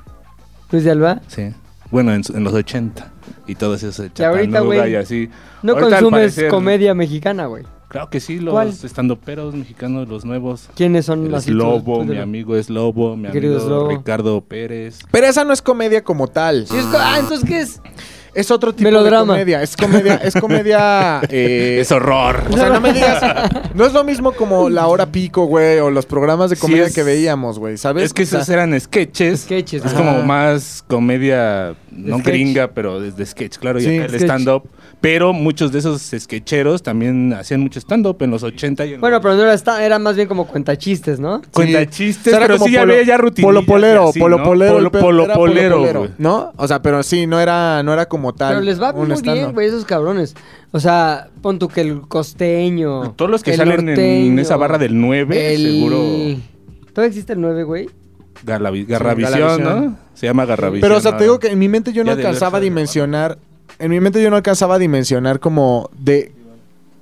A: Luis de Alba.
B: Sí. Bueno, en, su- en los 80 y todo eso.
A: Que ahorita, güey,
B: Y así.
A: No
B: Ahorita, al
A: consumes
B: parecer,
A: comedia mexicana, güey.
B: Claro que sí,
A: ¿Cuál?
B: los estandoperos mexicanos, los nuevos.
A: ¿Quiénes son
B: Es
A: las
B: Lobo, mi amigo es Lobo, mi
A: Querido
B: amigo
A: es Lobo.
B: Ricardo Pérez.
C: Pero esa no es comedia como tal.
A: Sí, es co- ah, entonces, ¿qué es?
C: Es otro tipo
A: Melodrama.
C: de comedia. Es comedia, es comedia. eh,
B: Es horror.
C: o sea, no me digas. No es lo mismo como La Hora Pico, güey, o los programas de
B: Sí,
C: comedia
B: es-
C: que veíamos, güey, ¿sabes?
B: Es que
C: O sea,
B: esos eran sketches.
A: Sketches,
B: Es
A: ajá.
B: como más comedia, no
A: sketch.
B: gringa, pero desde sketch, claro,
C: Sí.
B: y acá el
A: Sketch.
B: stand-up. Pero muchos de esos sketcheros también hacían mucho stand-up en los 80 y en
A: Bueno,
B: los-
A: pero no era, esta- era más bien como cuentachistes, ¿¿no?
B: Cuenta
C: Sí.
B: chistes,
C: O sea, era
B: pero
C: como
B: sí ya
C: polo-
B: había ya rutinillas
C: Polo polero,
B: y así,
C: polo
B: ¿no?
C: polero.
B: Polo,
C: el pedo
B: polo
C: era
B: polero, güey.
C: ¿No? O sea, pero sí, no era, no era como tal.
A: Pero les va
C: un
A: muy bien,
C: stand-up.
A: güey, esos cabrones. O sea, pon tú que el costeño.
B: Todos los que
A: el
B: salen en
A: norteño,
B: esa barra del 9,
A: el-
B: seguro
A: ¿Todavía existe el 9, güey?
B: Garlavi- Garravisión,
C: Garravisión.
B: ¿no? Se llama Garravisión.
C: Pero, o sea,
B: ahora.
C: te digo que en mi mente yo no
B: Ya debió
C: alcanzaba
B: ser
C: a
B: de
C: dimensionar. En mi mente yo no alcanzaba a dimensionar como de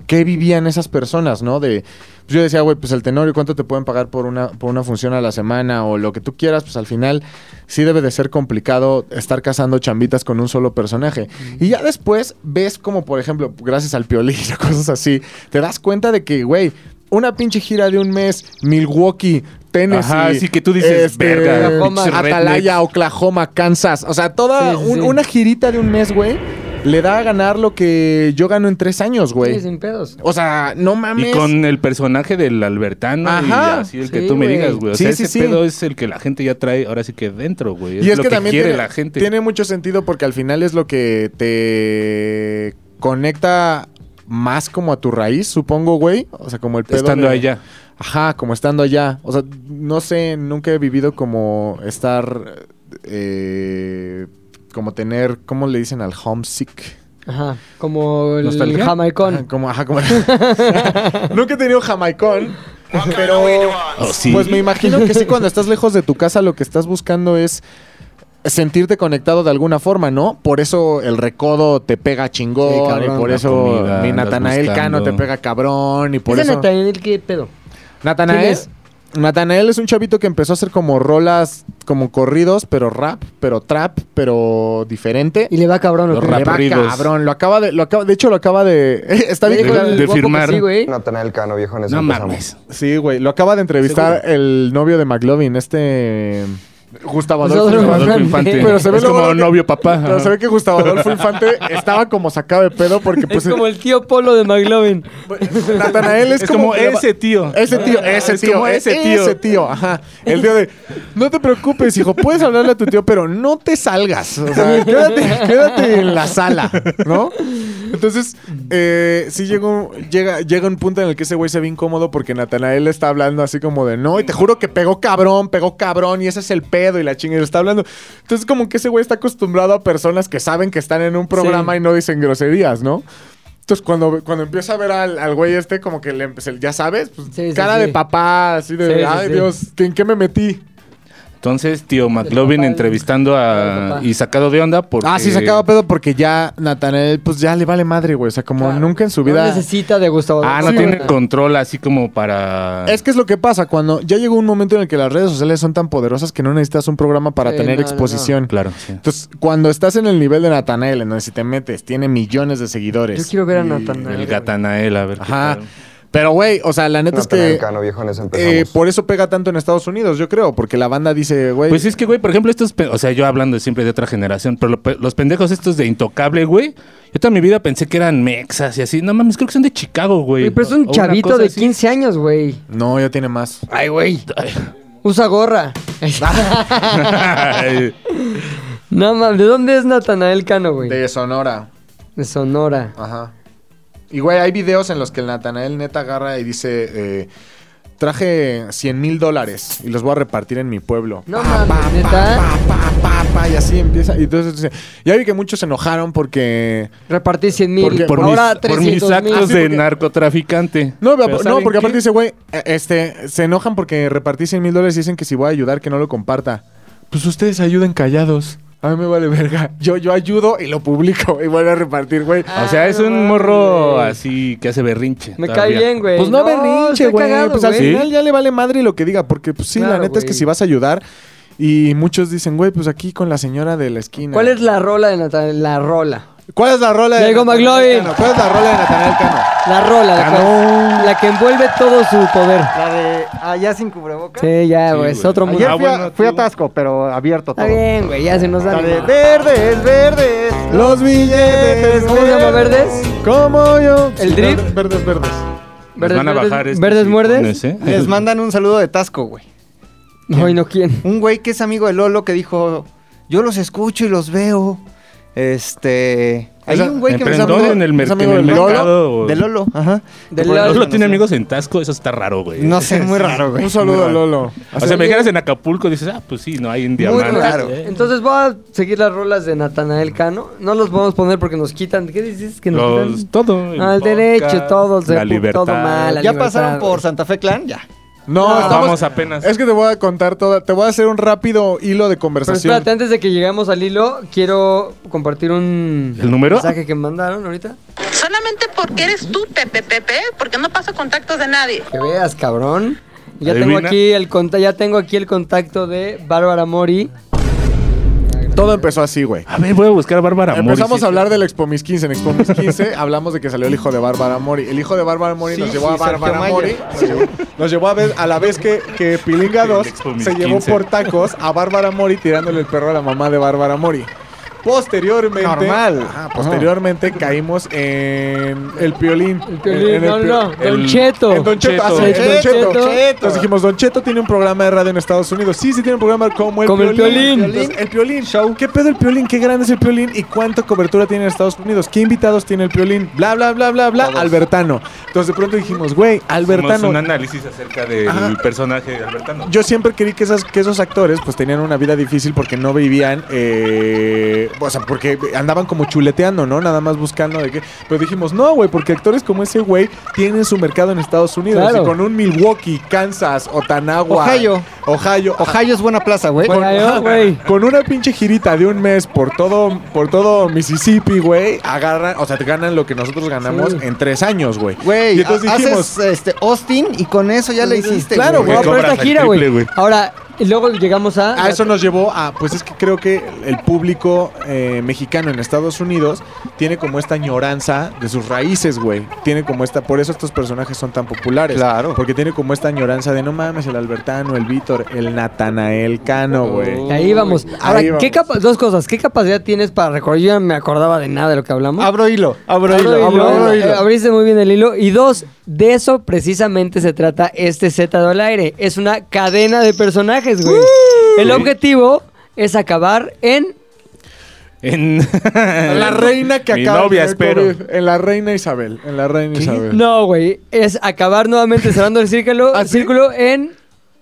C: qué vivían esas personas, ¿no? De. Pues yo decía, güey, pues el tenorio, ¿cuánto te pueden pagar por una, por una función a la semana? O lo que tú quieras, pues al final sí debe de ser complicado estar cazando chambitas con un solo personaje. Y ya después ves como, por ejemplo, gracias al piolín o cosas así, te das cuenta de que, güey, una pinche gira de un mes, Milwaukee, Tennessee. este,
B: Ajá, sí, que tú dices, verga,
A: Oklahoma,
B: pinches
C: Atalaya,
B: rednecks.
C: Oklahoma, Kansas. O sea, toda
A: Sí, sí,
C: un-
A: sí.
C: una girita de un mes, güey, le da a ganar lo que yo gano en tres años,
A: Sí,
C: güey.
A: sin pedos.
C: O sea, no mames.
B: Y con el personaje del Albertano
C: Ajá.
B: y así el que
A: Sí,
B: tú me
A: güey.
B: digas, güey. O
C: Sí,
B: sea,
C: sí,
B: ese
C: sí.
B: pedo es el que la gente ya trae ahora sí que dentro, güey.
C: Y es
B: lo
C: que, también
B: quiere
C: tiene,
B: la gente.
C: tiene mucho sentido porque al final es lo que te conecta más como a tu raíz, supongo, güey. O sea, como el pedo
B: estando
C: de-
B: allá.
C: Ajá, como estando allá. O sea, no sé, nunca he vivido como estar, eh, como tener, ¿cómo le dicen al homesick?
A: Ajá. Como el
C: ¿Nostalgia?
A: jamaicón.
C: Ajá, como, ajá, como- Nunca he tenido jamaicón, pero
B: Oh, sí.
C: pues me imagino que sí, cuando estás lejos de tu casa, lo que estás buscando es sentirte conectado de alguna forma, ¿no? Por eso el recodo te pega chingón,
A: Sí, cabrón.
C: y por
B: La
C: eso
B: comida,
C: mi
B: andas
C: Natanael
B: buscando.
C: Cano te pega cabrón, y por
A: ¿Ese
C: eso...
A: Nathaniel qué pedo?
C: Natanael
A: ¿Quién
C: es?
A: es?
C: Natanael es un chavito que empezó a hacer como rolas, como corridos, pero rap, pero trap, pero diferente.
A: Y le va cabrón. ¿o
B: Los
A: qué?
C: Le va
B: Rapridos.
C: cabrón, lo acaba de, lo acaba, de hecho lo acaba de, está bien
A: Viene
B: de-
A: con el
B: de
A: guapo que
B: firmar.
A: Sí, güey.
H: Natanael Cano, viejo, en eso
B: No
H: empezamos.
B: mames.
C: Sí, güey. Lo acaba de entrevistar el novio de McLovin, este. Gustavo Adolfo.
A: Gustavo
C: Infante.
B: Adolfo Infante.
C: Pero se ve
B: es
C: luego
B: como
C: que-
B: novio papá.
C: Pero
B: ajá.
C: se ve que Gustavo Adolfo Infante estaba como sacado de pedo porque, pues.
A: es como el tío Polo de McLovin.
C: Natanael es,
B: Es como
C: que-
B: ese tío.
C: Ese tío, ese
B: Es
C: tío,
B: como
C: ese
B: ese
C: tío.
B: tío.
C: Ese tío, ajá. El tío de, no te preocupes, hijo, puedes hablarle a tu tío, pero no te salgas. O sea, quédate, quédate en la sala, ¿no? Entonces, eh, sí llegó, llega, llega un punto en el que ese güey se ve incómodo porque Natanael le está hablando así como de, no, y te juro que pegó cabrón, pegó cabrón, y ese es el pedo, y la chinga, y le está hablando. Entonces, como que ese güey está acostumbrado a personas que saben que están en un programa
A: Sí.
C: y no dicen groserías, ¿no? Entonces, cuando, cuando empieza a ver al, al güey este, como que le empe- ya sabes, pues,
A: Sí, sí,
C: cara
A: sí.
C: de papá, así de,
A: Sí, sí,
C: ay
A: sí.
C: Dios, ¿en qué me metí?
B: Entonces, tío McLovin
A: papá,
B: entrevistando
A: del
B: a.
A: papá.
B: Y sacado de onda porque.
C: Ah, sí, se acaba pedo porque ya Nathanael, pues ya le vale madre, güey. O sea, como
A: Claro.
C: nunca en su
A: No
C: vida.
A: necesita de Gustavo.
B: Ah, no
A: Adolfo.
B: tiene
A: Sí,
B: control así como para.
C: Es que es lo que pasa, cuando ya llegó un momento en el que las redes sociales son tan poderosas que no necesitas un programa para
A: Sí,
C: tener
A: no, no,
C: exposición.
B: Claro. sí.
C: Entonces, cuando estás en el nivel de Nathanael, en donde si te metes, tiene millones de seguidores.
A: Yo quiero ver a
C: Y-
A: Nathanael.
B: El Gatanael, a ver. qué
C: Ajá.
B: tal.
C: Pero, güey, o sea, la neta es
H: Natanael
C: que.
H: Cano, viejo, en eso empezamos.
C: eh, por eso pega tanto en Estados Unidos, yo creo, porque la banda dice, güey.
B: Pues es que, güey, por ejemplo, estos. pe- O sea, yo hablando siempre de otra generación, pero lo pe- los pendejos estos de Intocable, güey. Yo toda mi vida pensé que eran mexas y así. No mames, creo que son de Chicago, güey.
A: Güey, pero es
B: O
A: un
B: una
A: chavito
B: cosa
A: de
B: así.
A: 15 años, güey.
C: No, ya tiene más.
A: Ay, güey. Usa gorra.
C: Ah,
B: Ay.
A: no mames, ¿de dónde es Natanael Cano, güey? De,
C: De Sonora.
A: Sonora.
C: Ajá. Y güey, hay videos en los que el Natanael neta agarra y dice. eh, Traje 100 mil dólares y los voy a repartir en mi pueblo.
A: No mames, neta.
C: Pa, pa, pa, pa, y así empieza. Y entonces dice, ya vi que muchos se enojaron porque.
A: Repartí 100 mil.
B: Porque por,
A: Ahora
B: mis, por mis
A: 300 mil.
B: actos
C: Ah, Sí,
B: de
C: porque-
B: narcotraficante.
C: No, pues,
B: Pero
C: no,
B: ¿saben
C: porque
B: qué?
C: aparte dice, güey, eh, este, se enojan porque repartí 100 mil dólares y dicen que si voy a ayudar, que no lo comparta. Pues ustedes ayuden callados. A mí me vale verga. Yo, yo ayudo y lo publico y vuelvo a repartir, güey.
B: O sea, es
A: Ah, no
B: un morro
A: mames.
B: así que hace berrinche.
A: Me
B: todavía.
A: cae bien, güey.
C: Pues no, berrinche,
A: está
C: güey.
A: cagado,
C: Pues al
A: güey.
C: final ya le vale madre lo que diga, porque pues sí, la
A: Claro,
C: neta es que
A: güey.
C: si vas a ayudar y muchos dicen, güey, pues aquí con la señora de la esquina.
A: ¿Cuál es la rola de Natanael? La rola.
C: ¿Cuál es la rola de
A: Diego
C: Natanael
A: McLovin.
C: Cano? ¿Cuál es la rola de Natanael Cano?
A: La rola, la, cual- la que envuelve todo su poder.
I: La de allá sin cubrebocas.
A: Sí, ya, güey, es
B: güey.
A: otro mundo.
I: Ayer
B: Ah,
I: fui, a,
B: bueno,
I: fui a
B: tú-
I: Tasco, pero abierto todo.
A: Está bien, güey, ya se nos da.
I: La de verdes, verdes.
C: Los billetes.
A: ¿Cómo se llama, Verdes?
C: Como yo.
A: ¿El drip?
C: Verdes, verdes.
B: Les van a bajar este estos
A: ¿Verdes muerdes?
B: frijoles, ¿eh?
I: Les mandan un saludo de Tasco, güey.
A: No, y no quién.
I: Un güey que es amigo de Lolo que dijo, yo los escucho y los veo. Este... Hay
C: Esa-
I: un güey que
B: ¿Pero
I: me
B: en
I: saludó
B: dónde? ¿En el, mer-
C: es amigo
B: en el
C: del Lolo?
B: mercado? o-
I: de Lolo, ajá.
A: De
I: Por-
A: Lolo.
B: Lolo tiene amigos en Tasco, eso está raro, güey.
I: No sé, muy raro, güey.
C: Un saludo a Lolo.
B: O sea, me dijeras en Acapulco, dices, ah, pues sí, no hay en
A: Muy
B: diamante. Eh,
A: raro. Entonces voy a seguir las rolas de Natanael Cano. No los podemos poner porque nos quitan. ¿Qué dices que nos
B: Los,
A: quitan?
B: todo. el
A: Al
B: podcast,
A: derecho, todo, se-
B: La
A: todo
B: libertad.
A: mal.
I: ya
A: libertad,
I: pasaron por
A: güey.
I: Santa Fe Clan, ya.
C: No,
A: No,
C: estamos-
B: Vamos
A: eh,
B: apenas.
C: Es que te voy a contar toda. Te voy a hacer un rápido hilo de
A: Pero
C: conversación.
A: espérate, antes de que llegamos al hilo, quiero compartir un
B: ¿El número?
A: mensaje que mandaron ahorita.
J: Solamente porque eres tú, Pepe Pepe, porque no paso contactos de nadie.
A: Que veas, cabrón. Ya tengo
B: Adivina.
A: aquí el conta- ya tengo aquí el contacto de Bárbara Mori.
C: Todo empezó así, güey.
B: A ver, voy a buscar a Bárbara Mori.
C: Empezamos
B: sí,
C: a hablar del Expo Mis 15. En Expo Mis 15 hablamos de que salió el hijo de Bárbara Mori. El hijo de Bárbara Mori
I: Sí,
C: nos llevó
I: sí,
C: a
I: Sergio
C: Bárbara
I: Mayer.
C: Mori. Nos llevó, nos llevó a, ver, a la vez que, que Pilinga 2
B: Expo Mis
C: se llevó
B: 15.
C: por tacos a Bárbara Mori tirándole el perro a la mamá de Bárbara Mori. Posteriormente,
I: Normal.
C: Ajá, posteriormente caímos en el piolín.
A: El Piolín,
C: En- en
A: no,
C: el
A: no, no,
C: Pio-
A: Don
B: el-
A: Cheto.
C: en Don Cheto,
B: Cheto.
C: ah, sí, en Don
I: Cheto,
C: Cheto.
I: Cheto.
C: Entonces dijimos, Don Cheto tiene un programa de radio en Estados Unidos. Sí, sí tiene un programa como el
A: Como el
C: Piolín.
A: Piolín.
C: Entonces, el Piolín. Show. ¿Qué pedo el Piolín? ¿Qué grande es el Piolín? ¿Y cuánta cobertura tiene en Estados Unidos? ¿Qué invitados tiene el Piolín? Bla, bla, bla, bla, bla. Albertano. Entonces de pronto dijimos, güey,
B: Hicimos
C: Albertano.
B: un análisis acerca del
C: Ajá.
B: personaje de Albertano.
C: Yo siempre creí que, esas, que esos actores pues tenían una vida difícil porque no vivían, eh, o sea, porque andaban como chuleteando, ¿no? Nada más buscando de qué. Pero dijimos, no, güey, porque actores como ese güey tienen su mercado en Estados Unidos.
A: Claro.
C: Y con un Milwaukee, Kansas, Otanagua.
I: Ohio.
C: Ohio. ajá,
I: Ohio es buena plaza, güey.
A: Bueno, Ohio, güey.
C: Con una pinche girita de un mes por todo, por todo Mississippi, güey, agarran, o sea, te ganan lo que nosotros ganamos
A: Sí.
C: en tres años, güey.
I: Güey,
C: Y entonces
I: ha-
C: dijimos,
I: haces este, Austin y con eso ya le hiciste.
C: Claro,
A: No,
C: güey.
A: pero
B: cobras
A: esta
B: el
A: gira,
B: triple,
A: güey.
B: güey.
A: Ahora, y luego llegamos a.
C: A eso nos llevó a, pues es que creo que el público eh, mexicano en Estados Unidos tiene como esta añoranza de sus raíces, güey. Tiene como esta, por eso estos personajes son tan populares.
I: Claro.
C: Porque tiene como esta añoranza de no mames, el Albertano, el Víctor, el Natanael Cano, güey.
A: Y ahí vamos. Ahora,
C: Ahí
A: ¿qué
C: vamos.
A: capa- dos cosas. ¿Qué capacidad tienes para recordar? Yo ya no me acordaba de nada de lo que hablamos.
I: Abro hilo, abro,
A: Abro
I: hilo,
A: hilo,
I: abro
A: eh,
I: hilo.
A: Abriste muy bien el hilo. Y dos, de eso precisamente se trata este Z del aire. Es una cadena de personajes, güey. El objetivo es acabar en.
B: En
C: En la reina que
B: Mi
C: acaba de
B: novia,
C: tener
B: espero.
C: COVID, En la reina Isabel. En la reina Isabel.
A: No, güey. Es acabar nuevamente cerrando el círculo,
C: ¿Ah, sí?
A: círculo en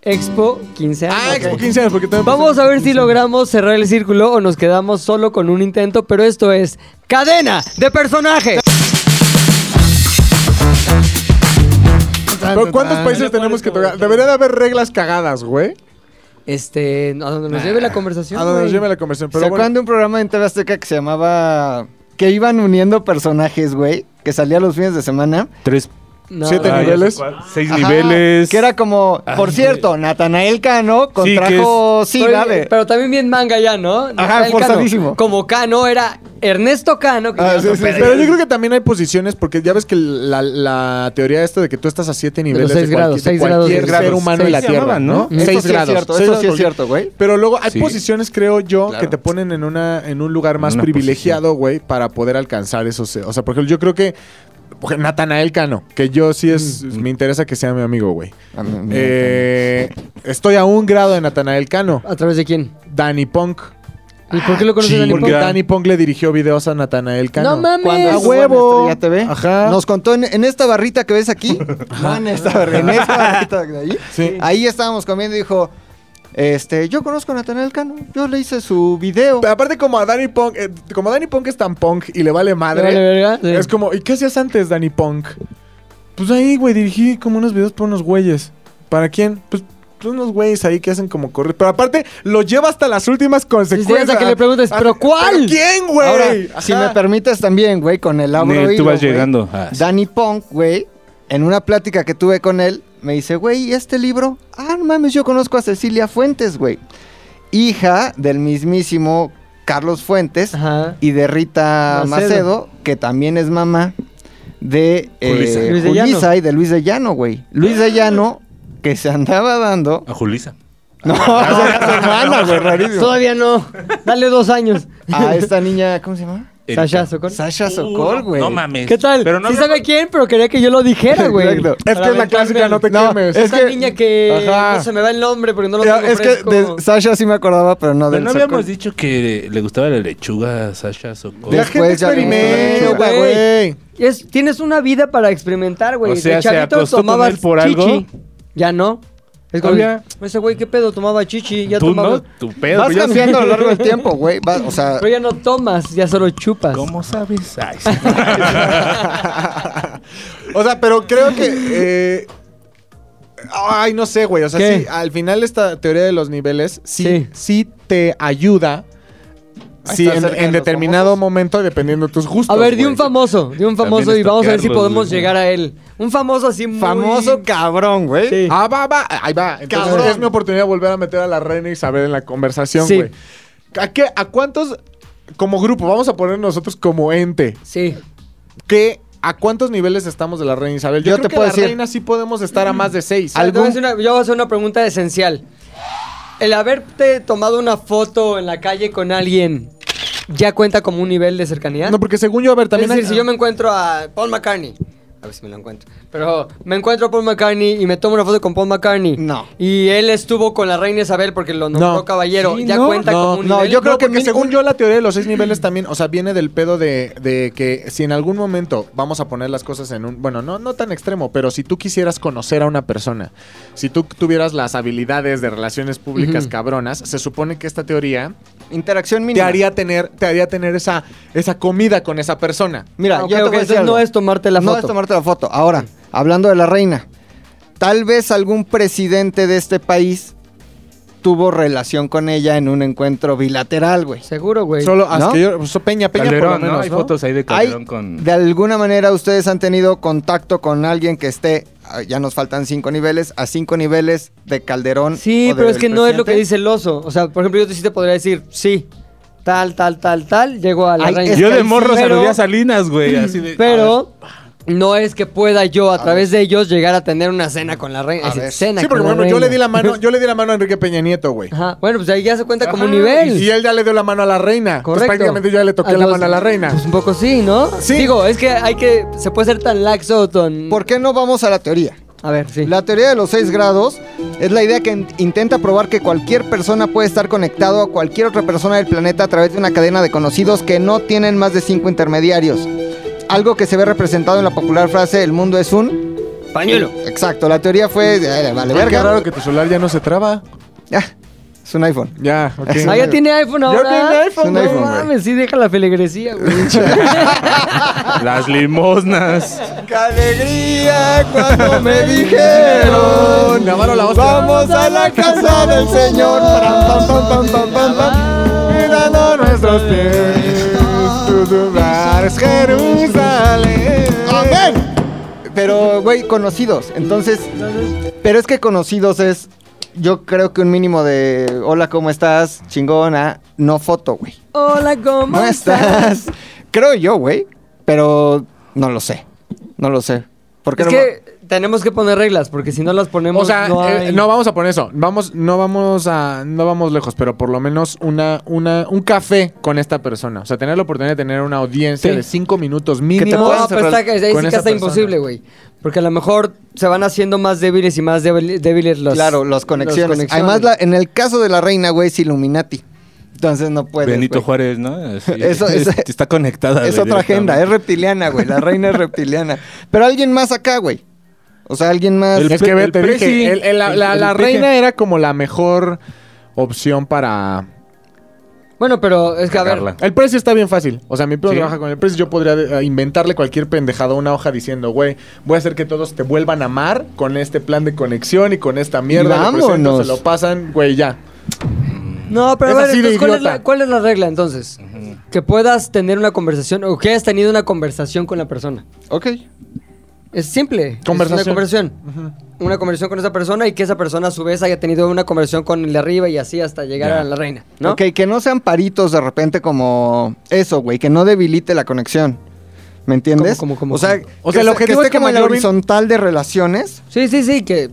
A: Expo 15 años.
C: Ah, como
A: güey.
C: 15 años, porque también
A: Vamos
C: pensé-
A: a ver si logramos cerrar el círculo o nos quedamos solo con un intento, pero esto es cadena de personajes.
C: ¿Pero ¿Cuántos países tenemos que tocar? Debería de haber reglas cagadas, güey.
A: Este, a donde nos lleve la conversación.
C: Ah, A donde nos
A: güey.
C: lleve la conversación.
I: ¿Se
C: Pero bueno.
I: acuerdan de un programa en TV Azteca que se llamaba... Que iban uniendo personajes, güey, que salía los fines de semana?
B: tres,
A: No,
C: Siete
A: güey.
B: ah, ya sé
C: niveles.
B: cuál. seis
I: Ajá,
B: niveles.
I: Que era como,
B: Ay,
I: por
B: güey.
I: cierto, Natanael Cano
B: Sí, que
I: contrajo
A: Pero-
I: SIDA, güey.
A: pero también bien manga ya, ¿no? Rafael Cano.
I: forzadísimo.
A: Como Cano era Ernesto Cano. que
I: Ah,
A: ya
I: sí,
A: no
I: sí,
A: perdí.
C: Pero yo creo que también hay posiciones, porque ya ves que la, la teoría esta de que tú estás a siete niveles
A: seis
C: de,
A: grados, seis
C: de
A: grados
C: cualquier
A: de-
C: ser
B: grados.
C: humano
B: Seis
C: en la
B: se
C: Tierra,
B: llamaban,
C: ¿no?
B: ¿no?
I: Esto sí es cierto,
C: seis
I: esto
C: grados
I: sí es
C: porque-
I: cierto, güey.
C: ¿eh? Pero luego hay
B: Sí.
C: posiciones, creo yo,
I: Claro.
C: que te ponen en una en un lugar más
B: Una
C: privilegiado, güey, para poder alcanzar esos. eh, O sea, por ejemplo, yo creo que por ejemplo, Natanael Cano, que yo sí es me interesa que sea mi amigo, güey. Eh, estoy a un grado de Natanael Cano,
A: ¿A través de quién?
C: Danny Punk.
A: ¿Y por
C: Ah,
A: qué lo conoces
B: chinga.
A: Dani
C: Porque
A: Punk?
C: Danny Punk le dirigió videos a Natanael Cano.
A: No mames.
I: Cuando
A: A
I: estuvo en
C: huevo.
I: Estrella TV,
C: Ajá.
I: Nos contó en, en esta barrita que ves aquí. No, en esta barrita. en esta barrita de ahí.
C: Sí.
I: Ahí estábamos comiendo y dijo. Este, yo conozco a Natanael Cano, yo le hice su video.
C: Pero aparte como a Danny Punk, eh, como Danny Punk es tan punk y le vale madre.
A: Le vale verga, sí.
C: Es como, ¿y qué hacías antes, Danny Punk? Pues ahí, güey, dirigí como unos videos por unos güeyes. ¿Para quién? Pues pues unos güeyes ahí que hacen como correr. Pero aparte, lo lleva hasta las últimas consecuencias. Ah,
A: hasta que le preguntes, ¿pero cuál?
C: quién,
I: Ahora,
C: güey?
I: si
C: Ajá.
I: me permites también, güey, con el abro
B: Nel, tú
I: hilo,
B: vas
I: güey.
B: llegando. Ah, sí.
I: Danny Punk, güey, en una plática que tuve con él, me dice, güey, ¿y este libro? Ah, no mames, yo conozco a Cecilia Fuentes, güey. Hija del mismísimo Carlos Fuentes
A: Ajá.
I: y de Rita Macedo,
A: Macedo,
I: que también es mamá de
B: Julisa.
I: eh,
A: Luis de Llano.
I: Julisa y de Luis de Llano, güey. Luis de Llano, que se andaba dando.
B: A Julisa.
I: No, era su hermana, güey, rarísimo.
A: Todavía no. Dale dos años.
I: A esta niña, ¿cómo se llama?
B: Erika.
A: Sasha Sokol.
I: Sasha
B: Uh,
I: Sokol, güey.
B: No mames.
A: ¿Qué tal?
B: Pero no
A: sí
B: había-
A: sabe quién, pero quería que yo lo dijera, güey.
I: Exacto.
C: Es
A: Para
C: que es la clásica, no te
A: aventarme al-
C: quemes.
A: Esta
C: Es que-
A: niña que
C: Ajá.
A: no se me va el nombre porque no lo tengo
I: Ya, Es que
A: fresco.
I: de Sasha sí me acordaba, pero no
B: Pero
I: del
B: no
I: Sokol.
B: habíamos dicho que le gustaba la lechuga a Sasha Sokol.
C: La gente
I: Después ya vimos la
C: experimenta,
A: lechuga.
C: güey.
A: Es- tienes una vida para experimentar, güey.
B: O
A: De
B: sea, se
A: chavito
B: acostó con
A: tomabas
B: él por algo.
A: chichi. Ya no. Es como,
B: Oye.
A: ese güey, ¿qué pedo? Tomaba chichi, ya
B: Tú
A: tomaba...
B: no, tu pedo.
I: Vas
B: yo-
I: cambiando a lo largo del tiempo, güey. Vas- O sea,
A: Pero ya no tomas, ya solo chupas.
B: ¿Cómo sabes? Ay, sí.
C: O sea, pero creo que. eh, ay, no sé, güey. O sea,
A: ¿Qué?
C: sí, al final esta teoría de los niveles sí,
A: Sí.
C: sí. te ayuda.
I: A
C: Sí,
I: estar
C: en,
I: cerca de
C: en
I: los
C: determinado
I: famosos.
C: momento, dependiendo de tus gustos.
A: A ver, di
C: güey.
A: un famoso, di un famoso
B: También
A: y vamos a ver si
B: estoquearlos,
A: podemos
B: güey.
A: llegar a él. Un famoso así muy...
I: famoso cabrón, güey.
A: Sí.
C: Ah, va, va. Ahí va. Entonces
A: Cabrón.
C: es mi oportunidad de volver a meter a la reina Isabel en la conversación,
A: Sí.
C: güey. ¿A qué? ¿A cuántos? Como grupo, vamos a poner nosotros como ente.
A: Sí.
C: ¿Qué? ¿A cuántos niveles estamos de la reina Isabel?
I: Yo
C: creo
I: te
C: que
I: puedo
C: la
I: decir-
C: reina sí podemos estar a más de seis.
A: Yo te voy a hacer una- yo voy a hacer una pregunta esencial. El haberte tomado una foto en la calle con alguien, ¿ya cuenta como un nivel de cercanía?
C: No, porque según yo, a ver, también.
A: es decir,
C: hay-
A: si yo me encuentro a Paul McCartney, a ver si me lo encuentro, pero me encuentro a Paul McCartney y me tomo una foto con Paul McCartney.
I: No.
A: Y él estuvo con la reina Isabel porque lo nombró
C: No.
A: caballero.
I: Sí,
A: ¿Ya
I: no,
A: cuenta
I: no,
A: como un
I: no,
A: nivel?
I: yo creo
C: No,
I: que
C: porque
I: min-
C: según
I: un-
C: yo la teoría de los seis niveles también, o sea, viene del pedo de, de que si en algún momento vamos a poner las cosas en un, bueno, no, no tan extremo, pero si tú quisieras conocer a una persona, si tú tuvieras las habilidades de relaciones públicas
A: Ujú.
C: cabronas, se supone que esta teoría
I: Interacción
C: te
I: mínima.
C: haría tener, te haría tener esa, esa comida con esa persona.
I: Mira,
A: Ah, ok,
I: yo te
A: ok,
I: voy a decir
A: entonces
I: algo.
A: no es tomarte la
I: No
A: foto. Mm.
I: es tomarte la foto. Ahora, hablando de la reina, tal vez algún presidente de este país tuvo relación con ella en un encuentro bilateral, güey.
A: Seguro, güey.
C: Solo
I: ¿No?
C: hasta que yo- so- Peña, Peña por
B: Calderón,
C: lo
B: ¿no?
C: menos,
B: Hay
C: ¿no?
B: fotos ahí de
I: Hay,
B: Calderón con...
I: de alguna manera ustedes han tenido contacto con alguien que esté, ah, ya nos faltan cinco niveles, a cinco niveles de Calderón.
A: Sí,
I: o
A: pero
I: del
A: es que no es lo que
I: presidente.
A: dice el oso. O sea, por ejemplo, yo sí te podría decir, sí, tal, tal, tal, tal, llegó a la
I: Ay,
A: reina.
I: es
B: Yo
I: que
B: de
I: ahí
B: morro
A: sí, pero-
B: saludé a Salinas, güey. Así de...
A: Pero no es que pueda yo, a, través de ellos, llegar a tener una cena con la reina.
I: A
A: Es decir,
I: ver.
A: cena
C: Sí, porque
A: con
C: bueno, yo
A: reina.
C: le di la mano, yo le di la mano a Enrique Peña Nieto, güey.
A: Ajá. Bueno, pues ahí ya se cuenta como un
C: Ajá,
A: nivel.
C: Y, y él ya le dio la mano a la reina. Correcto.
A: Correcto.
C: prácticamente yo ya le toqué la
A: Entonces,
C: mano a la reina.
A: Pues un poco sí, ¿no?
C: Sí.
A: Digo, es que hay que. Se puede ser tan laxo o tan.
I: ¿Por qué no vamos a la teoría?
A: A ver, sí.
I: La teoría de los seis grados es la idea que in- intenta probar que cualquier persona puede estar conectado a cualquier otra persona del planeta a través de una cadena de conocidos que no tienen más de cinco intermediarios. Algo que se ve representado en la popular frase el mundo es un...
A: Pañuelo.
I: Exacto, la teoría fue... eh, vale,
C: Qué
I: verga.
C: raro que tu celular ya no se traba.
I: Ah, es un iPhone.
C: Ya, ok.
A: Ah, ya tiene iPhone ahora.
C: tiene iPhone,
A: No
I: güey. iPhone, güey.
A: mames, sí, deja la feligresía, güey.
B: Las limosnas.
I: ¡Qué alegría cuando me dijeron!
C: La mano a la hostia.
I: ¡Vamos a la casa del Señor! Pam, pam, pam, pam, pam, pam, pam. Mirando nuestros pies, tu lugar es Jerusalén. ¡Amén! Pero, güey, conocidos. Entonces, pero es que conocidos es, yo creo que un mínimo de hola, ¿cómo estás? Chingona, no foto, güey.
A: Hola, ¿cómo
I: No estás. Creo yo, güey. Pero no lo sé. No lo sé. Porque
A: Es que tenemos que poner reglas, porque si no las ponemos.
C: O sea, eh,
A: no,
C: no,
A: hay-
C: vamos a poner eso. Vamos, no vamos a, no vamos lejos, pero por lo menos una, una, un café con esta persona. O sea, tener la oportunidad de tener una audiencia
A: Sí.
C: de cinco minutos
A: No,
C: mínimo.
A: pues está, ahí sí
C: con
A: que
C: esa
A: está
C: persona.
A: imposible, güey. Porque a lo mejor se van haciendo más débiles y más débil- débiles los.
I: claro, las conexiones. Además, la- en el caso de la reina, güey, es Illuminati. Entonces no puede.
B: Benito Juárez, ¿no? Así,
I: Eso-
B: es-
I: eso-
B: está conectada.
I: Es
B: güey,
I: otra agenda. Es
B: directamente.
I: reptiliana, güey. La reina es reptiliana. Pero alguien más acá, güey. O sea, alguien más.
B: El-
C: Es que ve,
B: el
C: te
B: presi.
C: dije, el- el- la,
B: El-
C: la-
B: el
C: la
B: peje.
C: reina era como la mejor opción para.
A: Bueno, pero es que a ver.
B: Carla.
C: El precio está bien fácil. O sea, mi primo
B: Sí.
C: trabaja con el precio. Yo podría eh, inventarle cualquier pendejada a una hoja diciendo, güey, voy a hacer que todos te vuelvan a amar con este plan de conexión y con esta mierda. lo presento,
I: vámonos.
C: Se lo pasan, güey, ya.
A: No, pero a
C: Es
A: ver,
C: así de
A: entonces, ¿cuál, es
C: idiota.
A: la, cuál es la regla entonces? Que puedas tener una conversación o que hayas tenido una conversación con la persona.
I: Ok.
A: Es simple. Es
C: Conversación.
A: una conversación. Una conversación con esa persona y que esa persona a su vez haya tenido una conversación con el de arriba y así hasta llegar
B: Ya.
A: a la reina, ¿no?
I: Ok, que no sean paritos de repente como eso, güey, que no debilite la conexión. ¿Me entiendes?
A: ¿Cómo, cómo, cómo,
I: o sea,
A: cómo?
C: O sea,
I: que
C: el
I: se-
C: objetivo
I: que
C: es que
I: esté como en la
C: McLovin-
I: horizontal de relaciones.
A: Sí, sí, sí, que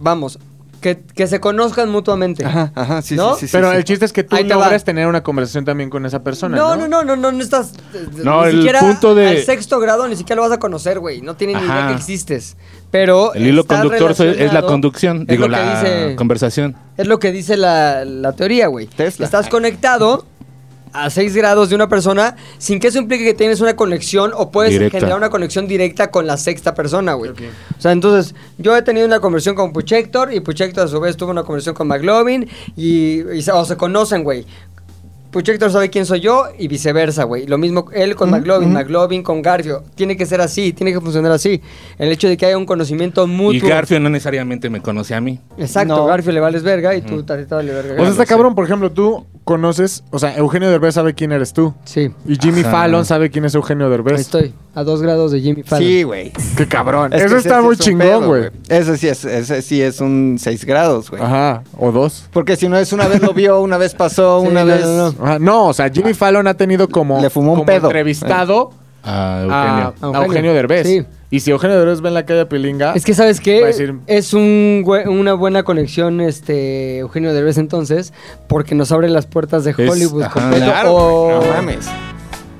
A: vamos, que, que se conozcan mutuamente.
I: Ajá, ajá, sí,
A: ¿No?
I: sí, sí, sí.
C: Pero
I: sí.
C: el chiste es que tú
A: Ahí te
C: logras
A: va.
C: tener una conversación también con esa persona.
A: No, no, no, no, no, no estás. eh,
B: No,
A: ni
B: el
A: siquiera
B: punto de-
A: Al sexto grado ni siquiera lo vas a conocer, güey. No tienen ni idea
B: Ajá.
A: que existes. Pero.
K: El hilo
A: está
K: conductor so- es la
A: relacionado-
K: conducción,
A: es
K: digo,
A: lo que
K: la
A: dice-
K: conversación.
A: Es lo que dice la, la teoría, güey.
I: Tesla.
A: Estás conectado a 6 grados de una persona sin que eso implique que tienes una conexión o puedes
K: Directa.
A: generar una conexión directa con la sexta persona, güey. O sea, entonces, yo he tenido una conversión con Puchector y Puchector a su vez tuvo una conversión con McLovin y, y se- o se conocen, güey. Puchector sabe quién soy yo y viceversa, güey. Lo mismo él con McLovin, McLovin con Garfio. Tiene que ser así, tiene que funcionar así. El hecho de que haya un conocimiento mutuo.
K: Y Garfio no necesariamente me conoce a mí.
A: Exacto,
I: No.
A: Garfio le vales verga y tú, Tarita, vale verga. a
C: O sea,
A: Garfio.
C: está cabrón, por ejemplo, tú conoces, o sea, Eugenio Derbez sabe quién eres tú.
A: Sí.
C: Y Jimmy
K: Ajá.
C: Fallon sabe quién es Eugenio Derbez.
A: Ahí estoy, a dos grados de Jimmy Fallon.
I: Sí, güey.
C: Qué cabrón.
I: Es que
C: Eso
I: ese
C: está
I: sí
C: muy
I: es un
C: chingón,
I: pedo,
C: güey.
I: Ese sí es, ese sí es un 6 grados, güey.
C: Ajá, o dos.
I: Porque si no es una vez lo vio, una vez pasó,
A: Sí,
I: una
A: no,
I: vez.
A: no, no.
C: Ajá, no, o sea, Jimmy Fallon ha tenido como,
I: Le fumó un
C: como
I: pedo.
C: entrevistado
K: A
C: Eh, a,
I: Ah,
K: Eugenio.
C: a Eugenio. Derbez.
A: Sí.
C: Y si Eugenio Derbez ve en la calle Pilinga,
A: Es que, ¿sabes qué?
C: Va a decir-
A: Es un güe- una buena conexión, este, Eugenio Derbez entonces, porque nos abre las puertas de
K: Es-
A: Hollywood
K: ajá,
A: completo.
I: Claro,
A: o
I: güey, no mames.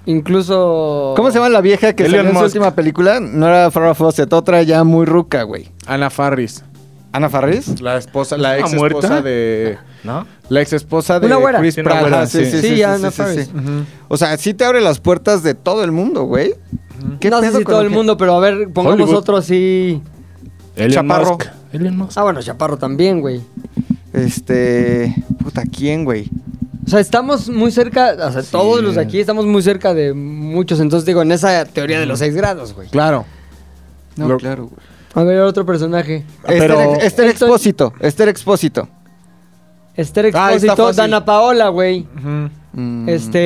A: incluso...
I: ¿Cómo se llama la vieja que
K: Elon
I: salió en su
K: Musk.
I: última película? No era Farrah Fawcett, otra ya muy ruca, güey.
C: Ana Farris,
I: ¿Ana Farris?
C: la esposa, la
K: ¿Está
C: ex esposa
K: muerta?
C: de
K: ¿no?
C: la ex esposa de
A: Una güera.
C: Chris
K: Sí, una
C: Pratt. Ah,
K: güera,
C: Ajá,
K: sí.
A: Sí, ya, Ana Faris.
I: O sea, sí te abre las puertas de todo el mundo, güey. ¿Qué
A: No sé
I: pedo
A: si
I: con
A: todo
I: la
A: el
I: gente?
A: mundo, pero a ver, pongamos
K: Hollywood.
A: otro así...
K: Elon
I: Chaparro.
K: Musk. Elon Musk.
A: Ah, bueno, Chaparro también, güey.
I: Este. Puta, ¿quién, güey?
A: O sea, estamos muy cerca, o sea, todos los de aquí estamos muy cerca de muchos, entonces digo, en esa teoría de los seis grados, güey.
C: Claro.
I: No,
C: Lo-
I: claro, güey.
A: A ver, otro personaje.
C: Pero-
I: Esther, Esther Expósito. Esther Expósito.
A: Esther
C: Ah, está
A: Expósito,
C: fácil.
A: Dana Paola, güey.
I: Mm.
A: Este.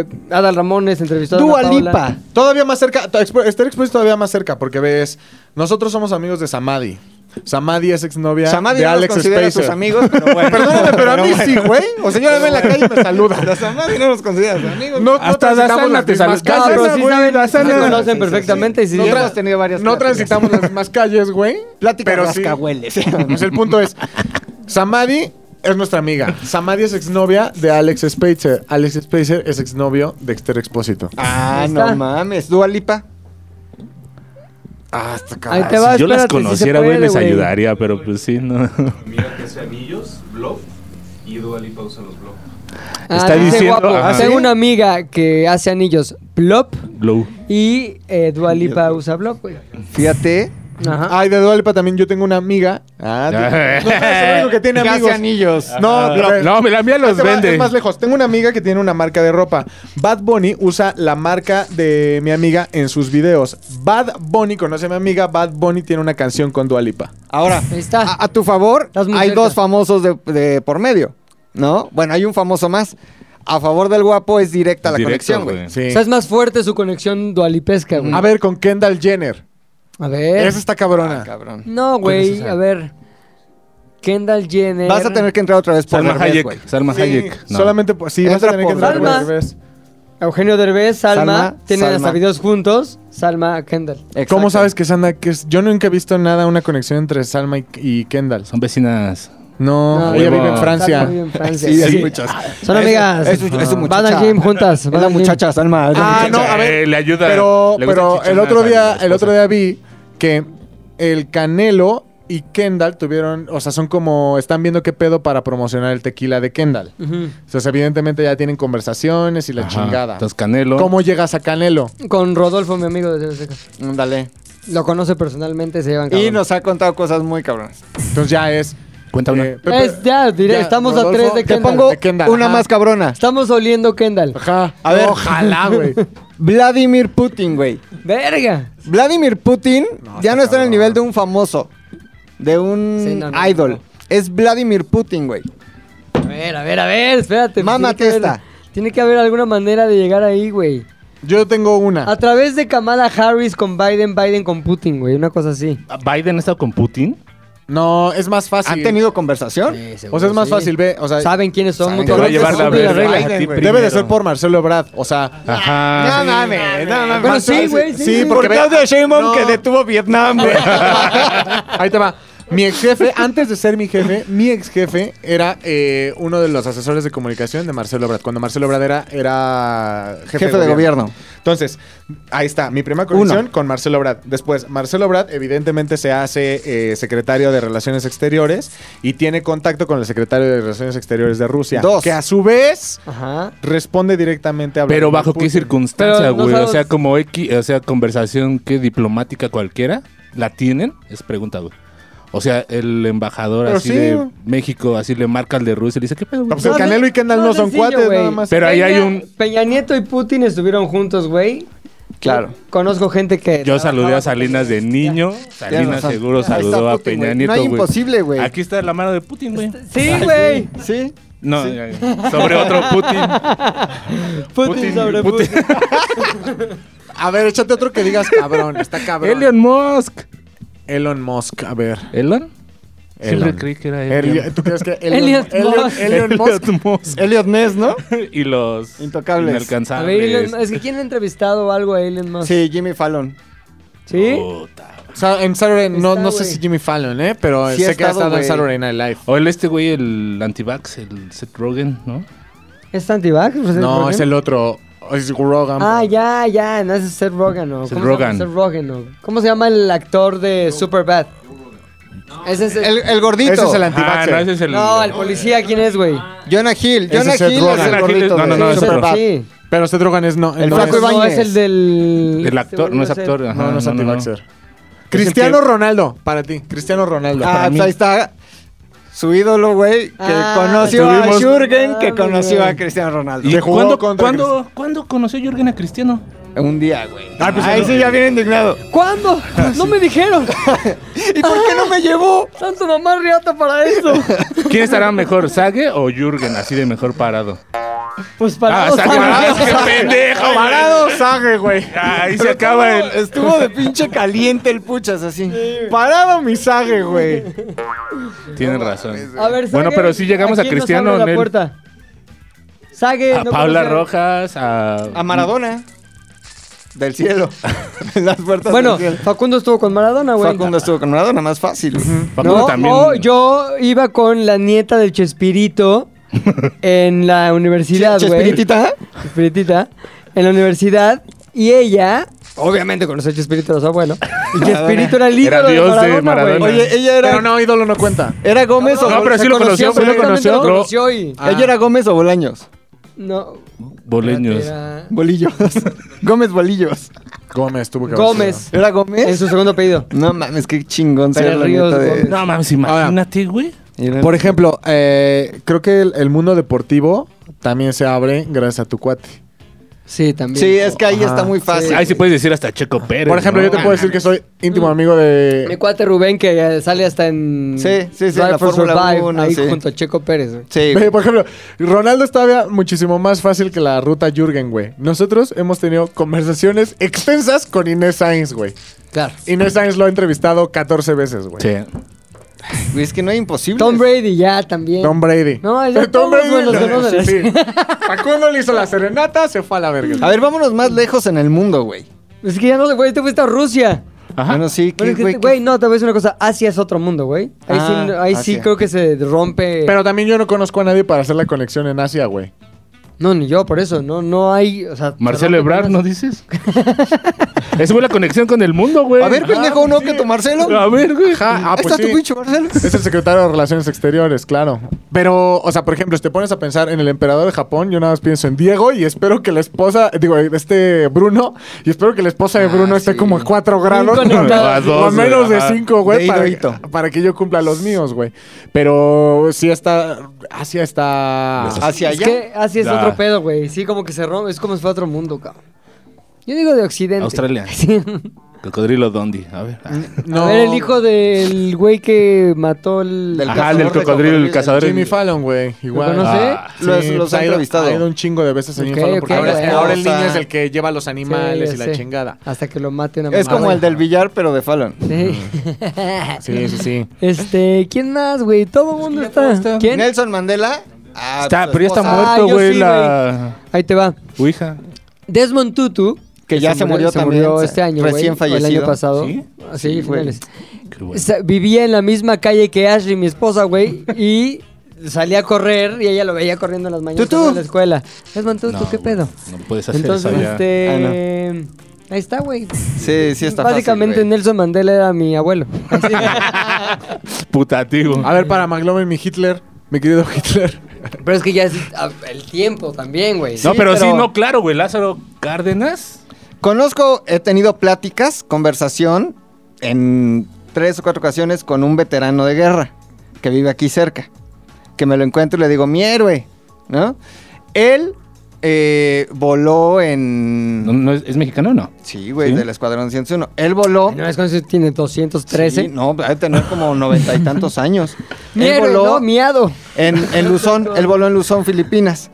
A: eh, Adal Ramones entrevistó a
I: Dua
A: Ana Paola.
I: Lipa.
C: Todavía más cerca, to- expo- estar expuesto todavía más cerca, porque ves, nosotros somos amigos de Samadhi. Samadhi es exnovia
I: Samadhi
C: de
I: no los
C: Alex
I: considera
C: Spacer.
I: tus amigos, pero bueno.
C: Perdóname, pero a mí sí, güey. O sea, yo la veo en la calle y me
I: Pero
C: saluda.
I: Samadhi no los considera tus amigos.
C: No,
B: Hasta
C: transitamos
B: Dasana
C: las
B: te
C: mismas
B: saluda.
A: No,
C: calles,
A: pero sí
C: güey.
A: saben, sí
C: Dasana-
A: se
I: no,
A: conocen
I: sí,
A: perfectamente. y
C: No,
A: sí-
I: tra-
C: trans-
I: hemos tenido varias
C: no
I: pláticas.
C: transitamos las mismas calles, güey.
I: Plática
C: pero sí.
I: rascahueles.
C: Pues el punto es, Samadhi es nuestra amiga. Samadhi es exnovia de Alex Spacer. Alex Spacer es exnovio de Exter Expósito.
I: Ah,
A: Ahí está.
I: no mames. Dua Lipa. Ah, está
A: Ahí
I: cabrón.
A: te va,
K: si yo las
A: espérate, sí se
K: conociera, güey,
A: puede,
K: les ayudaría, pero pues sí, no.
A: Ah,
K: Está
A: dice
K: diciendo-
A: guapo.
K: ajá.
A: Tengo
K: ¿Sí?
A: una amiga que hace anillos Blop
K: Glow.
A: y eh, Dua Lipa usa Blop, güey.
I: Fíjate.
A: Ajá.
C: Ay, de Dualipa también yo tengo una amiga. Ah,
K: Ah.
C: tú- no, es el único que tiene amigos.
I: anillos.
C: No, pero-
K: No, me la mía
C: Ahí
K: los
C: te va,
K: vende.
C: Es más lejos. Tengo una amiga que tiene una marca de ropa. Bad Bunny usa la marca de mi amiga en sus videos. Bad Bunny conoce a mi amiga. Bad Bunny tiene una canción con Dualipa.
I: Ahora,
A: Ahí está.
I: A, a tu favor,
A: Estás muy
I: hay
A: cerca.
I: dos famosos de, de por medio, ¿no? Bueno, hay un famoso más. A favor del guapo es directa la conexión, güey.
A: O sea, es más fuerte su conexión dualipesca, güey.
C: A ver, con Kendall Jenner.
A: A ver.
C: Esa está cabrona.
I: Eh. Ah, Cabrón.
A: No, güey, a ver. Kendall Jenner.
I: Vas a tener que entrar otra vez por
K: Salma
I: la Derbez, güey.
K: Hayek. Salma
C: Sí,
K: Hayek. No.
C: Solamente por- sí, vas a
I: Entra
C: tener que
I: por
C: entrar
A: Salma.
C: al revés.
A: Eugenio Derbez, Salma.
I: Salma,
A: tienen
I: Salma.
A: hasta videos juntos. Salma, Kendall.
I: Exacto.
C: ¿Cómo sabes que Sandra que es- Yo nunca he visto nada, una conexión entre Salma y, y Kendall.
K: Son vecinas.
C: No,
A: No,
C: ella
K: huevo.
C: vive en Francia.
A: Salma vive en Francia.
I: Sí,
K: Sí.
I: es muchas.
A: Son
I: Es-
A: amigas.
I: es su- es su
A: Van al
I: muchacha.
A: gym juntas.
I: Es
A: van
I: la
A: al gym.
I: muchacha, Salma. es la
C: Ah,
I: muchacha.
C: no, a ver,
K: Eh, le ayuda.
C: Pero,
K: le gustan
C: pero el
K: chichonas
C: otro
K: a
C: día,
K: la
C: el otro
K: esposa.
C: día vi que el Canelo y Kendall tuvieron, o sea, son como están viendo qué pedo para promocionar el tequila de Kendall.
A: Ujú.
C: O sea, evidentemente ya tienen conversaciones y la
K: Ajá.
C: chingada.
K: Entonces, Canelo.
C: ¿Cómo llegas a Canelo?
A: Con Rodolfo, mi amigo de Seca.
C: Mm,
I: Ándale.
A: Lo conoce personalmente, se llevan
I: Y
A: cabrón.
I: nos ha contado cosas muy cabronas.
C: Entonces ya es
K: Cuenta una.
C: eh, Pepe-
A: Es ya, diré, estamos a tres de
C: te
A: Kendall.
C: pongo
A: De
I: Una
C: ajá.
I: más cabrona.
A: Estamos oliendo Kendall.
C: Ajá.
I: A ver.
C: Ojalá, güey.
I: Vladimir Putin, güey.
A: Verga.
I: Vladimir Putin ya no está en el nivel de un famoso, de un
A: Sí, no, no,
I: idol.
A: no.
I: Es Vladimir Putin, güey.
A: A ver, a ver, a ver, espérate. pues,
I: Mámate
A: tiene que haber-
I: esta.
A: Tiene que haber alguna manera de llegar ahí, güey.
C: Yo tengo una.
A: A través de Kamala Harris con Biden, Biden con Putin, güey. Una cosa así.
B: ¿Biden está con Putin?
C: No, es más fácil.
I: ¿Han tenido conversación?
C: O sea, es más fácil, ve. O sea,
A: Saben quiénes son.
I: Saben
A: muy
I: que
B: va a
A: cabrón.
B: llevar la
A: Son de
B: verga.
A: regla.
I: Biden,
B: Ay,
I: güey.
B: primero. Ah,
C: debe de ser por Marcelo Ebrad. O sea,
B: Ajá.
I: No mames, no mames.
A: Bueno,
I: Más
A: sí,
I: fácil.
A: güey, sí,
I: Sí,
A: sí.
C: Porque
I: porque veas de Sheinbaum
C: No.
I: que detuvo Vietnam, güey.
C: Ahí te va. Mi ex jefe, antes de ser mi jefe, mi ex jefe era eh, uno de los asesores de comunicación de Marcelo Obrador. Cuando Marcelo Obrador era, era jefe,
I: Jefe de gobierno.
C: Entonces, ahí está, mi primera conexión con Marcelo Obrador. Después, Marcelo Obrador evidentemente se hace eh, secretario de Relaciones Exteriores y tiene contacto con el secretario de Relaciones Exteriores de Rusia.
I: Dos.
C: Que a su vez
A: Ajá.
C: responde directamente a
B: Pero
C: Vladimir
B: bajo qué
C: Putin.
B: circunstancia,
A: Pero no
B: güey. O
A: sabes-
B: sea, como X, o sea, conversación que diplomática cualquiera, ¿la tienen? Es pregunta, güey. O sea, el embajador
C: Pero
B: así
C: sí,
B: de
C: güey.
B: México, así le marca al de Rusia y le dice, ¿qué pedo, güey?
C: Pues el Canelo y Kendall no,
A: no,
C: son
A: sencillo,
C: cuates,
A: güey.
C: nada más.
B: Pero ahí hay
A: Peña-
B: un...
A: Peña Nieto y Putin estuvieron juntos, güey.
I: Claro.
A: Conozco gente que.
B: Yo saludé a
A: trabajaba con
B: Salinas de
A: ellos.
B: niño. Salinas
I: razón.
B: seguro
I: Ahí está
B: saludó a
I: Putin, güey.
B: Peña
I: No
B: Nieto,
I: hay
B: güey.
I: imposible, güey.
B: Aquí está la mano de Putin, güey.
A: Sí, güey.
I: Sí.
B: No, ya, ya. sobre otro Putin.
A: Putin, sobre Putin.
C: A ver, échate otro que digas cabrón, está cabrón.
B: Elon Musk.
C: Elon Musk, a ver.
B: ¿Elon? Siempre
C: Elon.
B: creí que era
C: Eli-
B: Elon.
C: ¿Tú crees que
A: Elliot Musk.
C: Elliot Musk?
B: Elliot Musk.
I: Elliot Ness, ¿no?
B: y los
I: Intocables.
A: A ver, Elon-
B: inalcanzables.
A: es que ¿quién ha entrevistado algo a Elon Musk?
I: Sí, Jimmy Fallon.
A: ¿Sí?
B: Puta.
C: Sa- en Saturday, no,
A: Está,
C: no sé
A: güey.
C: si Jimmy Fallon, ¿eh? Pero
I: Sí ha
C: sé que ha
I: estado,
C: estado en Saturday
I: güey.
C: Night Live.
B: O el este güey, el antivax, el Seth Rogen, ¿no?
A: ¿Es antivax?
C: No, es el otro. Es Rogan.
A: Ah, ya, ya, no ese es Seth Rogen, ¿no? ¿Cómo se
B: Seth
A: llama
B: Rogan.
A: Seth Rogen, ¿no? ¿Cómo se llama el actor de Superbad? Ese es el-
I: El, el gordito.
C: Ese es el
B: Ah,
C: antivaxer.
B: no, ese es el...
A: No, el policía, ¿quién es, güey?
I: Jonah Hill.
C: Ese
I: Jonah
C: es Seth
I: Hill
C: Rogen.
B: Jonah
I: es el
B: Hill es-
I: gordito.
B: no, no, no,
I: de
B: es
A: Ese-
I: Superbad.
A: Sí.
C: Pero Seth Rogan es no.
I: El
C: no
I: flaco
C: es-
I: Ibáñez.
A: No, es el del... Este
B: El actor, no es
A: Ese-
B: actor. ajá,
C: No, no es antivaxer. Cristiano
B: Es el que-
C: Ronaldo, para ti. Cristiano Ronaldo.
I: Ah,
C: para mí.
I: pues ahí está. Su ídolo, güey, que
A: Ah,
I: conoció a
A: estuvimos-
I: Jürgen, que
A: Mames,
I: conoció a
A: güey.
I: Cristiano Ronaldo.
B: ¿Y
C: Que jugó
B: cuándo,
C: contra
B: cuándo, cuándo conoció Jürgen a Cristiano?
I: Un día, güey. Ahí sí ya viene indignado.
A: ¿Cuándo?
B: Ah,
A: No me dijeron.
I: ¿Y por qué no me llevó?
A: Tanto mamá riata para eso.
B: ¿Quién estará mejor, Sage o Jürgen, así de mejor parado?
A: Pues para...
B: ah, Sage parado, qué pendejo. güey.
I: Parado, Sage, güey.
B: Ahí se acaba el...
I: Estuvo de pinche caliente el puchas así. Parado mi Sage, güey.
B: Tienen razón.
A: A ver,
B: Bueno,
A: Sage,
B: pero sí llegamos a
A: quién nos
B: Cristiano,
A: abre la
B: Nel?
A: puerta? Sage,
B: A
A: no
B: Paula
A: conoce-
B: Rojas, a...
I: A Maradona. Del cielo. En las puertas
A: Bueno,
I: del cielo.
A: Facundo estuvo con Maradona, güey.
I: Facundo estuvo con Maradona, más fácil.
B: Facundo
A: No,
B: también.
A: o yo iba con la nieta del Chespirito en la universidad, güey.
I: Chespiritita.
A: Espiritita, en la universidad y ella obviamente conoció a Chespirito de su abuelo y Chespirito era el
B: Era
A: ídolo
B: dios de
A: de Maradona,
B: Maradona.
A: güey.
I: Oye, ella era.
C: Pero no, ídolo no cuenta.
I: ¿Era Gómez o
B: No, pero sí lo conoció, sí lo
A: Seguramente
B: conoció. Ah.
A: lo conoció y
I: ¿Ella era Gómez o Bolaños?
A: no
B: Boleños.
A: era
I: Bolillos. Gómez Bolillos.
C: Gómez tuvo que haber
A: Gómez
I: ¿Era
A: en
I: Gómez?
A: su segundo apellido.
I: No mames, qué chingón
A: Pero
I: ser la
A: Ríos
I: neta
A: Gómez.
I: de.
B: No mames, imagínate, güey.
I: Era-
C: Por ejemplo, eh, creo que el, el mundo deportivo también se abre gracias a tu cuate.
A: Sí, también.
I: Sí, es que ahí
C: Ajá.
I: está muy fácil.
B: Ahí sí puedes decir hasta Checo Pérez.
C: Por ejemplo,
B: ¿no?
C: yo te puedo decir que soy íntimo amigo de...
A: mi cuate Rubén que eh, sale hasta en
I: Sí, sí, sí,
A: Drive
I: en la
A: for
I: Fórmula
A: Survive,
I: Uno,
A: ahí
I: sí.
A: junto a Checo Pérez. güey.
I: Sí.
C: Ve, por ejemplo, Ronaldo es todavía muchísimo más fácil que la ruta Jürgen, güey. Nosotros hemos tenido conversaciones extensas con Inés Sainz, güey.
A: Claro.
C: Inés Sainz lo ha entrevistado 14 veces, güey.
B: Sí.
I: Güey, es que no es imposible.
A: Tom Brady ya también.
C: Tom Brady.
A: No, ya
C: Eh,
A: todos, güey, los conocen.
C: Sí, sí. Facundo le hizo la serenata, se fue a la verga.
I: A ver, vámonos más lejos en el mundo, güey.
A: Es que ya no, güey, te fuiste a Rusia.
B: Ajá.
I: Bueno, sí,
A: Pero
I: que,
A: es que, este
I: güey.
A: güey, no, te voy a decir una cosa. Asia es otro mundo, güey. Ahí,
I: Ah,
A: sí, ahí sí
I: Asia.
A: creo que se rompe.
C: Pero también yo no conozco a nadie para hacer la conexión en Asia, güey.
A: no, ni yo, por eso. No, no hay. O sea,
B: Marcelo
A: se rompe
B: Ebrard, ¿no
A: apenas.
B: dices? Esa fue la conexión con el mundo, güey.
I: A ver, pendejo, ¿no? Que tu Marcelo.
B: ah, A ver, güey.
C: Ajá, ah,
I: Ahí
C: pues
I: está tu
C: sí.
I: pinche Marcelo.
C: Es el secretario de Relaciones Exteriores, claro. Pero, o sea, por ejemplo, si te pones a pensar en el emperador de Japón, yo nada más pienso en Diego y espero que la esposa, digo, este Bruno, y espero que la esposa de
I: Ah,
C: Bruno esté como a 4 grados.
A: conectada.
B: A dos,
C: o a
B: güey,
C: menos de
B: ajá.
C: 5, güey,
I: De
C: para,
I: hito a hito.
C: para que yo cumpla los míos, güey. Pero sí está, Asia
K: Ah.
C: está...
I: Hacia
A: Es
I: allá.
A: que Asia es
B: Ya.
A: otro pedo, güey. Sí, como que se rompe. Es como si fuera otro mundo, cabrón. Yo digo de Occidente.
B: Australia.
A: Sí.
K: Cocodrilo Dondi. A ver. Ah,
A: No. Era el hijo del güey que mató el...
K: Del Ajá, del cocodrilo, el cazador.
C: Jimmy Fallon, güey. Igual.
A: conoce?
C: Ah,
I: Los-
C: sí,
I: los
C: pues
I: ha
C: ha ido-
I: entrevistado.
C: Ha ido un chingo de veces a Jimmy
A: Ok,
C: Fallon. Porque
A: ok,
C: ahora,
A: bueno.
C: ahora el niño
I: O sea,
C: es el que lleva los animales
A: Sí,
C: y
A: ya
C: la
A: sé.
C: chingada.
A: Hasta que lo mate una
I: Es
A: mamada.
I: como el del billar, pero de Fallon.
A: Sí.
C: Sí, sí, sí.
A: Este, ¿quién más, güey? Todo el mundo está. ¿Quién?
I: Nelson Mandela. ah,
K: Está,
I: su
K: pero ya está
I: esposa,
A: Ah,
K: muerto,
A: yo
K: güey,
A: sí,
K: la...
A: Ahí te va.
K: Ouija.
A: Desmond Tutu.
I: Que ya se murió también,
A: murió
I: se-
A: este año, güey.
I: recién
A: o El año
I: fallecido.
A: pasado.
K: ¿Sí?
A: Ah, Sí,
I: Sí, güey.
A: finales.
K: Qué bueno.
A: Sa- Vivía en la misma calle que Ashley, mi esposa, güey. Y salía a correr y ella lo veía corriendo en las mañanas
I: Tutu.
A: cuando iba a la escuela. Desmond Tutu,
K: No,
A: ¿qué
K: güey,
A: pedo?
K: No puedes hacer
A: Entonces,
K: eso ya.
A: este... Ahí está, güey.
I: Ah, Sí, sí está
A: Básicamente
I: fácil, güey.
A: Nelson Mandela era mi abuelo. Así.
K: Putativo.
C: A ver, para McLovin, mi Hitler. Mi querido Hitler.
A: pero es que ya es ah, el tiempo también, güey.
K: no,
I: sí,
K: pero, sí,
I: pero-
K: no, claro, güey. Lázaro Cárdenas.
I: Conozco, he tenido pláticas, conversación en tres o cuatro ocasiones con un veterano de guerra que vive aquí cerca. Que me lo encuentro y le digo, mi héroe, ¿no? Él eh, voló en...
K: No, no, ¿es, es mexicano o no?
I: Sí, güey,
K: ¿Sí?
I: del Escuadrón 101. Él voló...
A: No es con eso tiene 213.
I: Sí, no, debe tener como noventa y tantos años.
A: Mi
I: Él
A: héroe,
I: voló
A: no, miado.
I: en, en Luzón, él voló en Luzón, Filipinas.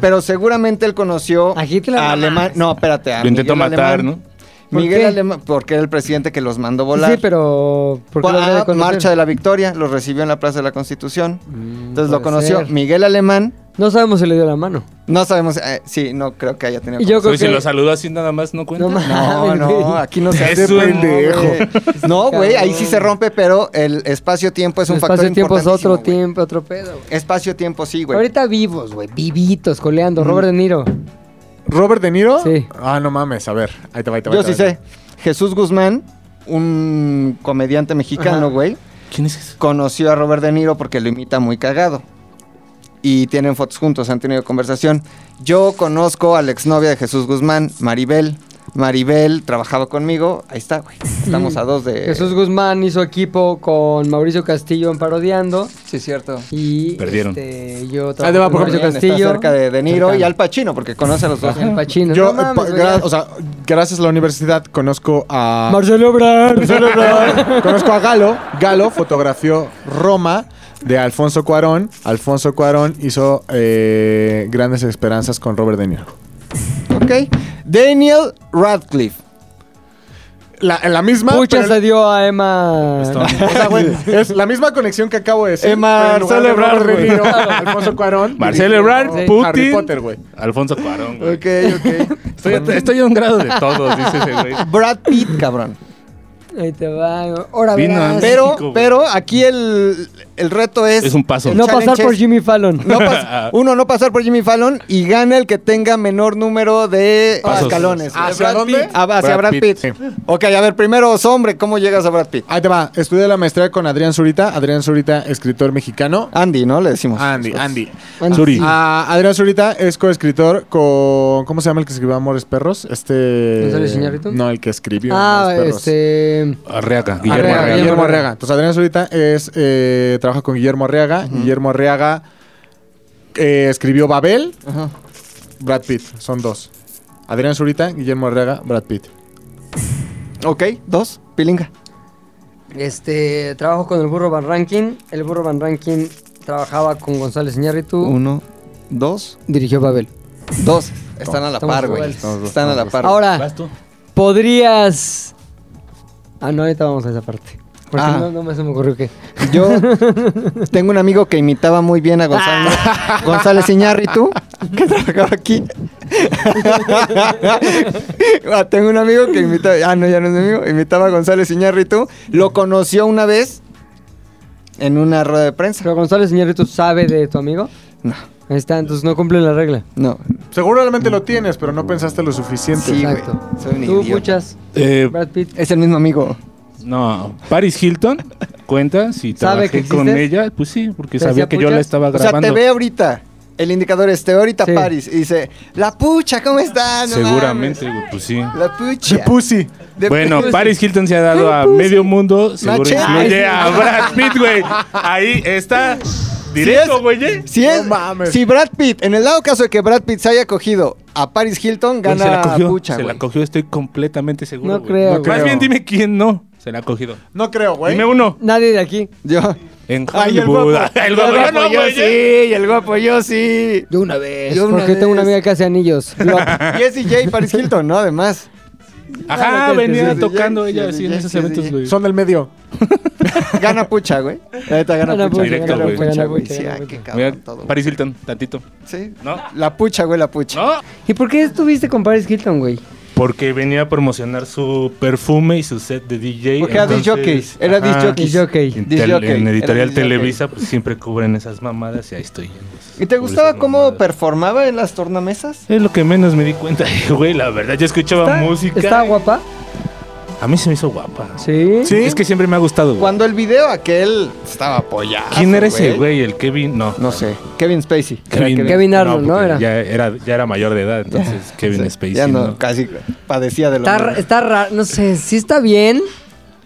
I: Pero seguramente él conoció
A: A Hitler, no
I: Alemán.
A: mames.
I: No, espérate. a
K: Lo intentó
I: Ah, Miguel
K: matar,
I: Alemán.
K: ¿no?
A: ¿Por
I: Miguel
A: qué?
I: Alemán, porque era el presidente que los mandó
A: Sí,
I: volar.
A: sí, pero ¿por qué lo
I: Ah,
A: debe conocer? Mm,
I: Marcha de la Victoria, los recibió en la Plaza de la Constitución. Entonces lo
A: puede
I: conoció
A: ser.
I: Miguel Alemán.
A: No sabemos si le dio la mano.
I: No sabemos, eh, sí, no creo que haya tenido.
A: Y yo creo
K: Oye, si
A: que
K: lo saludó así nada más, ¿no cuenta?
A: No mames.
I: No,
A: Ay,
I: no,
A: güey.
I: aquí no se
K: Es
I: hace
K: un
I: güey. No, güey, ahí sí se rompe, pero el espacio-tiempo es
A: el
I: un factor
A: espacio-tiempo es
I: importantísimo,
A: otro
I: güey.
A: tiempo, otro pedo. güey.
I: Espacio-tiempo, sí, güey.
A: Ahorita vivos, güey, vivitos, coleando. Robert De Niro.
C: ¿Robert De Niro?
A: Sí.
C: Ah, no mames. A ver. Ahí te va, ahí te va.
I: Yo
C: ahí te
I: sí
C: va, ahí
I: sé. Jesús Guzmán, un comediante mexicano, güey,
K: ¿Quién es ese?
I: conoció a Robert De Niro porque lo imita muy cagado. Y tienen fotos juntos, han tenido conversación. Yo conozco a la exnovia de Jesús Guzmán, Maribel. Maribel trabajaba conmigo. Ahí está, güey. Estamos a dos de...
A: Jesús Guzmán hizo equipo con Mauricio Castillo en Parodiando.
I: Sí, cierto. Ah,
A: Y
K: Perdieron.
A: este, yo
C: Ahí te
A: trabajo
C: va,
A: con
C: por
A: Mauricio
I: Bien, está
A: Castillo.
I: cerca de De Niro
A: Cercano.
I: y Al Pacino, porque conoce a los dos.
A: Al Pacino.
C: va. Yo,
A: No mames,
C: pa-
A: güey,
C: gra-
A: ya.
C: o sea, gracias a la universidad conozco
K: Ah.
C: a.
A: Marcelo Ebrard.
C: Pues
I: Pues,
C: Conozco a Galo. Galo fotografió Roma de Alfonso Cuarón. Alfonso Cuarón hizo eh, Grandes Esperanzas con Robert De Niro.
I: Ok. Daniel Radcliffe.
C: La, la misma.
A: Pucha
C: pero-
A: se dio a Emma.
K: Pues,
C: O sea, güey, es la misma conexión que acabo de decir.
I: Emma
C: pero en lugar de
K: Eh, Ebrard,
C: Robert De
K: güey.
C: Niro, Alfonso Cuarón.
K: Marcelo
C: dirigió
K: Ebrard,
C: Harry
K: Putin.
C: Potter, güey.
K: Alfonso Cuarón, güey.
I: Ok, ok.
K: Estoy, a, estoy a un grado de todos, dice ese güey.
I: Brad Pitt, cabrón.
A: Ahí te va. Ahora
K: Vino
A: verás.
K: antes.
I: Pero,
K: México, güey.
I: pero aquí el, el reto es.
K: Es un paso.
I: el
A: No pasar
I: challenge
A: por
I: es
A: Jimmy Fallon.
I: no pas- uno, no pasar por Jimmy Fallon y gana el que tenga menor número de
K: Pasos.
I: escalones.
C: ¿Hacia dónde?
I: Ah, hacia Brad,
K: Brad
I: Pitt.
K: Pitt.
I: Ok, a ver, primero, hombre, ¿cómo llegas a Brad Pitt?
C: Ahí te va. Estudié la maestría con Adrián Zurita. Adrián Zurita, escritor mexicano.
I: Andy, ¿no? Le decimos.
C: Andy, Andy.
A: Andy.
K: Suri.
C: Ah, Adrián Zurita es coescritor con. ¿Cómo se llama el que escribió Amores Perros? Este.
A: ¿González Iñárritu?
C: No, el que escribió
A: Ah,
C: Amores Perros.
A: este.
K: Arriaga,
C: Guillermo
K: Guillermo
C: Arriaga.
K: Arriaga.
C: Guillermo Arriaga. Entonces Adrián Zurita es, eh, trabaja con Guillermo Arriaga. Guillermo Arriaga eh, escribió Babel,
I: Ajá.
C: Brad Pitt. Son dos. Adrián Zurita, Guillermo Arriaga, Brad Pitt.
I: Ok, dos, pilinga.
A: Este. Trabajo con el burro Van Rankin. El burro Van Rankin trabajaba con González Iñárritu.
I: Uno, dos,
A: Dirigió Babel.
I: dos. Están a la
A: Estamos
I: par, güey.
A: iguales.
I: Están a la par.
A: Ahora,
K: Vas tú.
A: podrías. Ah, no, ahorita vamos a esa parte. Porque
I: Ah.
A: no, no me se me ocurrió que.
I: Yo tengo un amigo que imitaba muy bien
A: Ah.
I: a González, González Iñárritu, que trabajaba aquí. Ah, tengo un amigo que imitaba, ah, no, ya no es mi amigo, imitaba a González Iñárritu. Lo conoció una vez en una rueda de prensa.
A: Pero González Iñárritu sabe de tu amigo.
I: No,
A: Ahí está, entonces no cumplen la regla.
I: no.
C: Seguramente lo tienes, pero no pensaste lo suficiente.
I: Sí, güey.
A: Exacto.
I: Soy un
A: Tú,
I: idiota.
A: muchas.
K: Eh,
A: Brad Pitt.
I: Es el mismo amigo.
K: no, Paris Hilton cuenta si
A: ¿Sabe
K: trabajé
A: que
K: con
A: existes?
K: ella. Pues sí, porque
A: ¿Te decía
K: sabía que yo
A: puchas?
K: la estaba
I: O sea,
K: grabando.
I: te ve ahorita. El indicador es, te ve ahorita
A: Sí.
I: París. Y dice, la pucha, ¿cómo estás? No
K: Seguramente, güey, pues sí. pues
I: mames, La pucha.
C: Pussy.
I: De
K: Bueno,
I: pucha. pues
K: Paris Hilton se ha dado a medio mundo, seguro
I: Maché.
K: incluye a Brad Pitt, güey. Ahí está directo, güey. ¿eh?
I: Si, es,
C: mames.
I: si Brad Pitt, en el dado caso de que Brad Pitt se haya cogido a Paris Hilton
B: Güey,
I: gana
B: se la cogió.
I: Pucha,
B: se la
I: güey.
B: cogió, estoy completamente seguro.
A: No
B: güey.
A: creo,
B: Más
A: güey.
B: bien dime quién no se la ha cogido.
K: No creo, güey.
B: Dime uno.
A: Nadie de aquí.
I: Yo.
B: En
I: Ay, el
B: Hollywood.
I: guapo.
B: El guapo,
I: El guapo,
B: no,
I: yo
B: güey,
I: sí,
B: ya.
I: el guapo yo sí.
A: De una vez.
I: De una
A: porque tengo una
I: vez.
A: amiga que hace anillos. Flop.
I: Jesse J. Paris Hilton, ¿no? Además.
B: Ajá,
A: Sí, sí,
B: venía
A: sí,
B: tocando
I: sí,
B: ella
I: sí,
B: así en
I: sí,
B: esos
I: sí,
B: eventos,
I: sí.
B: güey.
K: Son del medio.
I: Gana Pucha, güey. La neta gana,
A: Gana
I: Pucha.
A: Pucha,
B: Directo,
I: gana
B: güey.
I: Pucha,
A: gana
I: güey.
A: Pucha,
I: Sí,
A: gana
I: ah,
A: Pucha.
I: qué
B: Mira,
I: cabrón todo.
B: Paris Hilton, tantito.
I: Sí.
B: ¿No?
I: La Pucha, güey, la Pucha.
B: ¿No?
A: ¿Y por qué estuviste con Paris Hilton, güey?
B: Porque venía a promocionar su perfume y su set de DJ.
I: Porque era
B: entonces-
I: disjockeys, era
B: Ajá.
I: disjockeys.
A: Disjockey.
B: En,
I: Disc
B: tel-
I: jockey,
B: en editorial
I: era disc jockey.
B: Televisa, pues siempre cubren esas mamadas y ahí estoy. pues,
I: ¿Y te gustaba
B: Publicidad
I: cómo
B: mamada.
I: performaba en las tornamesas?
B: Es lo que menos me di cuenta, güey. La verdad, yo escuchaba música.
A: ¿Está guapa?
B: A mí se me hizo guapa.
A: Sí.
B: Sí. Es que siempre me ha gustado, güey.
I: Cuando Ah, el video aquel estaba apoyado.
B: ¿Quién era ese, güey? El Kevin, no.
I: No sé. Kevin Spacey.
A: Kevin Arnold, ¿no?
B: porque
A: Era.
B: Ya, era. ya era mayor de edad, entonces Kevin
I: Sí,
B: Spacey.
I: Ya no,
B: ¿no?
I: casi padecía de lo
A: Está,
I: mismo.
A: ra- está raro, no sé, sí está bien,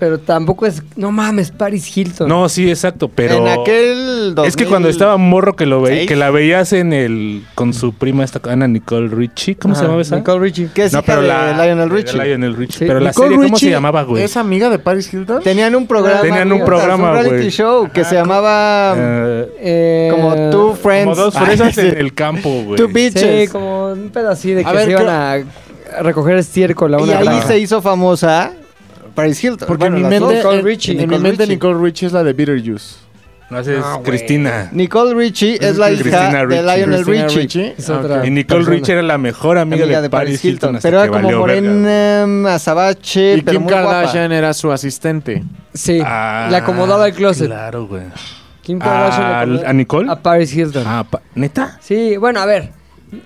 A: pero tampoco es. No mames, Paris Hilton.
B: No, sí, exacto, pero.
I: En aquel
B: Es que cuando estaba morro que lo veía,
I: ¿Seis?
B: que la veías en el con su prima esta Ana Nicole Richie, ¿cómo se llamaba esa?
A: Nicole Richie.
I: Que es hija de Lionel
B: de
I: Richie.
B: Lionel Richie,
A: Sí.
B: pero la
A: Nicole
B: serie ¿cómo se
A: Richie
B: llamaba, Ah, güey?
K: ¿Es amiga de Paris Hilton?
I: Tenían un programa.
B: Tenían un
I: güey,
B: programa,
I: un reality
B: güey. Ah,
I: show que se llamaba
B: Eh,
A: Eh,
I: como Two um, Friends.
B: como dos
I: Ay,
B: fresas
I: sí.
B: en el campo, güey.
I: Two
A: Sí,
I: Bitches.
A: como un pedacito de que
I: A ver,
A: se
I: creo-
A: iban a- a recoger estiércol a
I: y
A: una
I: ahí
A: granja.
I: se hizo famosa Paris Hilton.
K: Porque
I: Bueno,
K: en mi
I: las
K: mente,
I: dos.
A: Nicole
K: en-
A: Richie.
K: en mi
I: Nicole
K: mente
I: Richie.
K: Nicole Richie es la de Beetlejuice.
B: No haces Cristina.
I: Nicole Richie es la hija
B: Christina
I: de
B: Ricci.
I: Lionel
K: Christina
I: Richie.
K: Ricci.
A: Es otra
B: Y Nicole
A: persona.
B: Richie era la mejor amiga, de, Paris Hilton, hasta
I: pero
B: que
I: era como
B: valió verga.
I: morena, azabache,
K: Y
I: pero
K: Kim
I: muy guapa.
K: Kardashian era su asistente.
A: Sí,
B: Ah,
A: la acomodaba al closet.
B: Claro, güey.
A: Kim Kardashian la
B: ¿A,
A: acomodaba-
B: a Nicole?
A: a Paris Hilton.
B: Ah, pa- ¿neta?
A: Sí, bueno, a ver.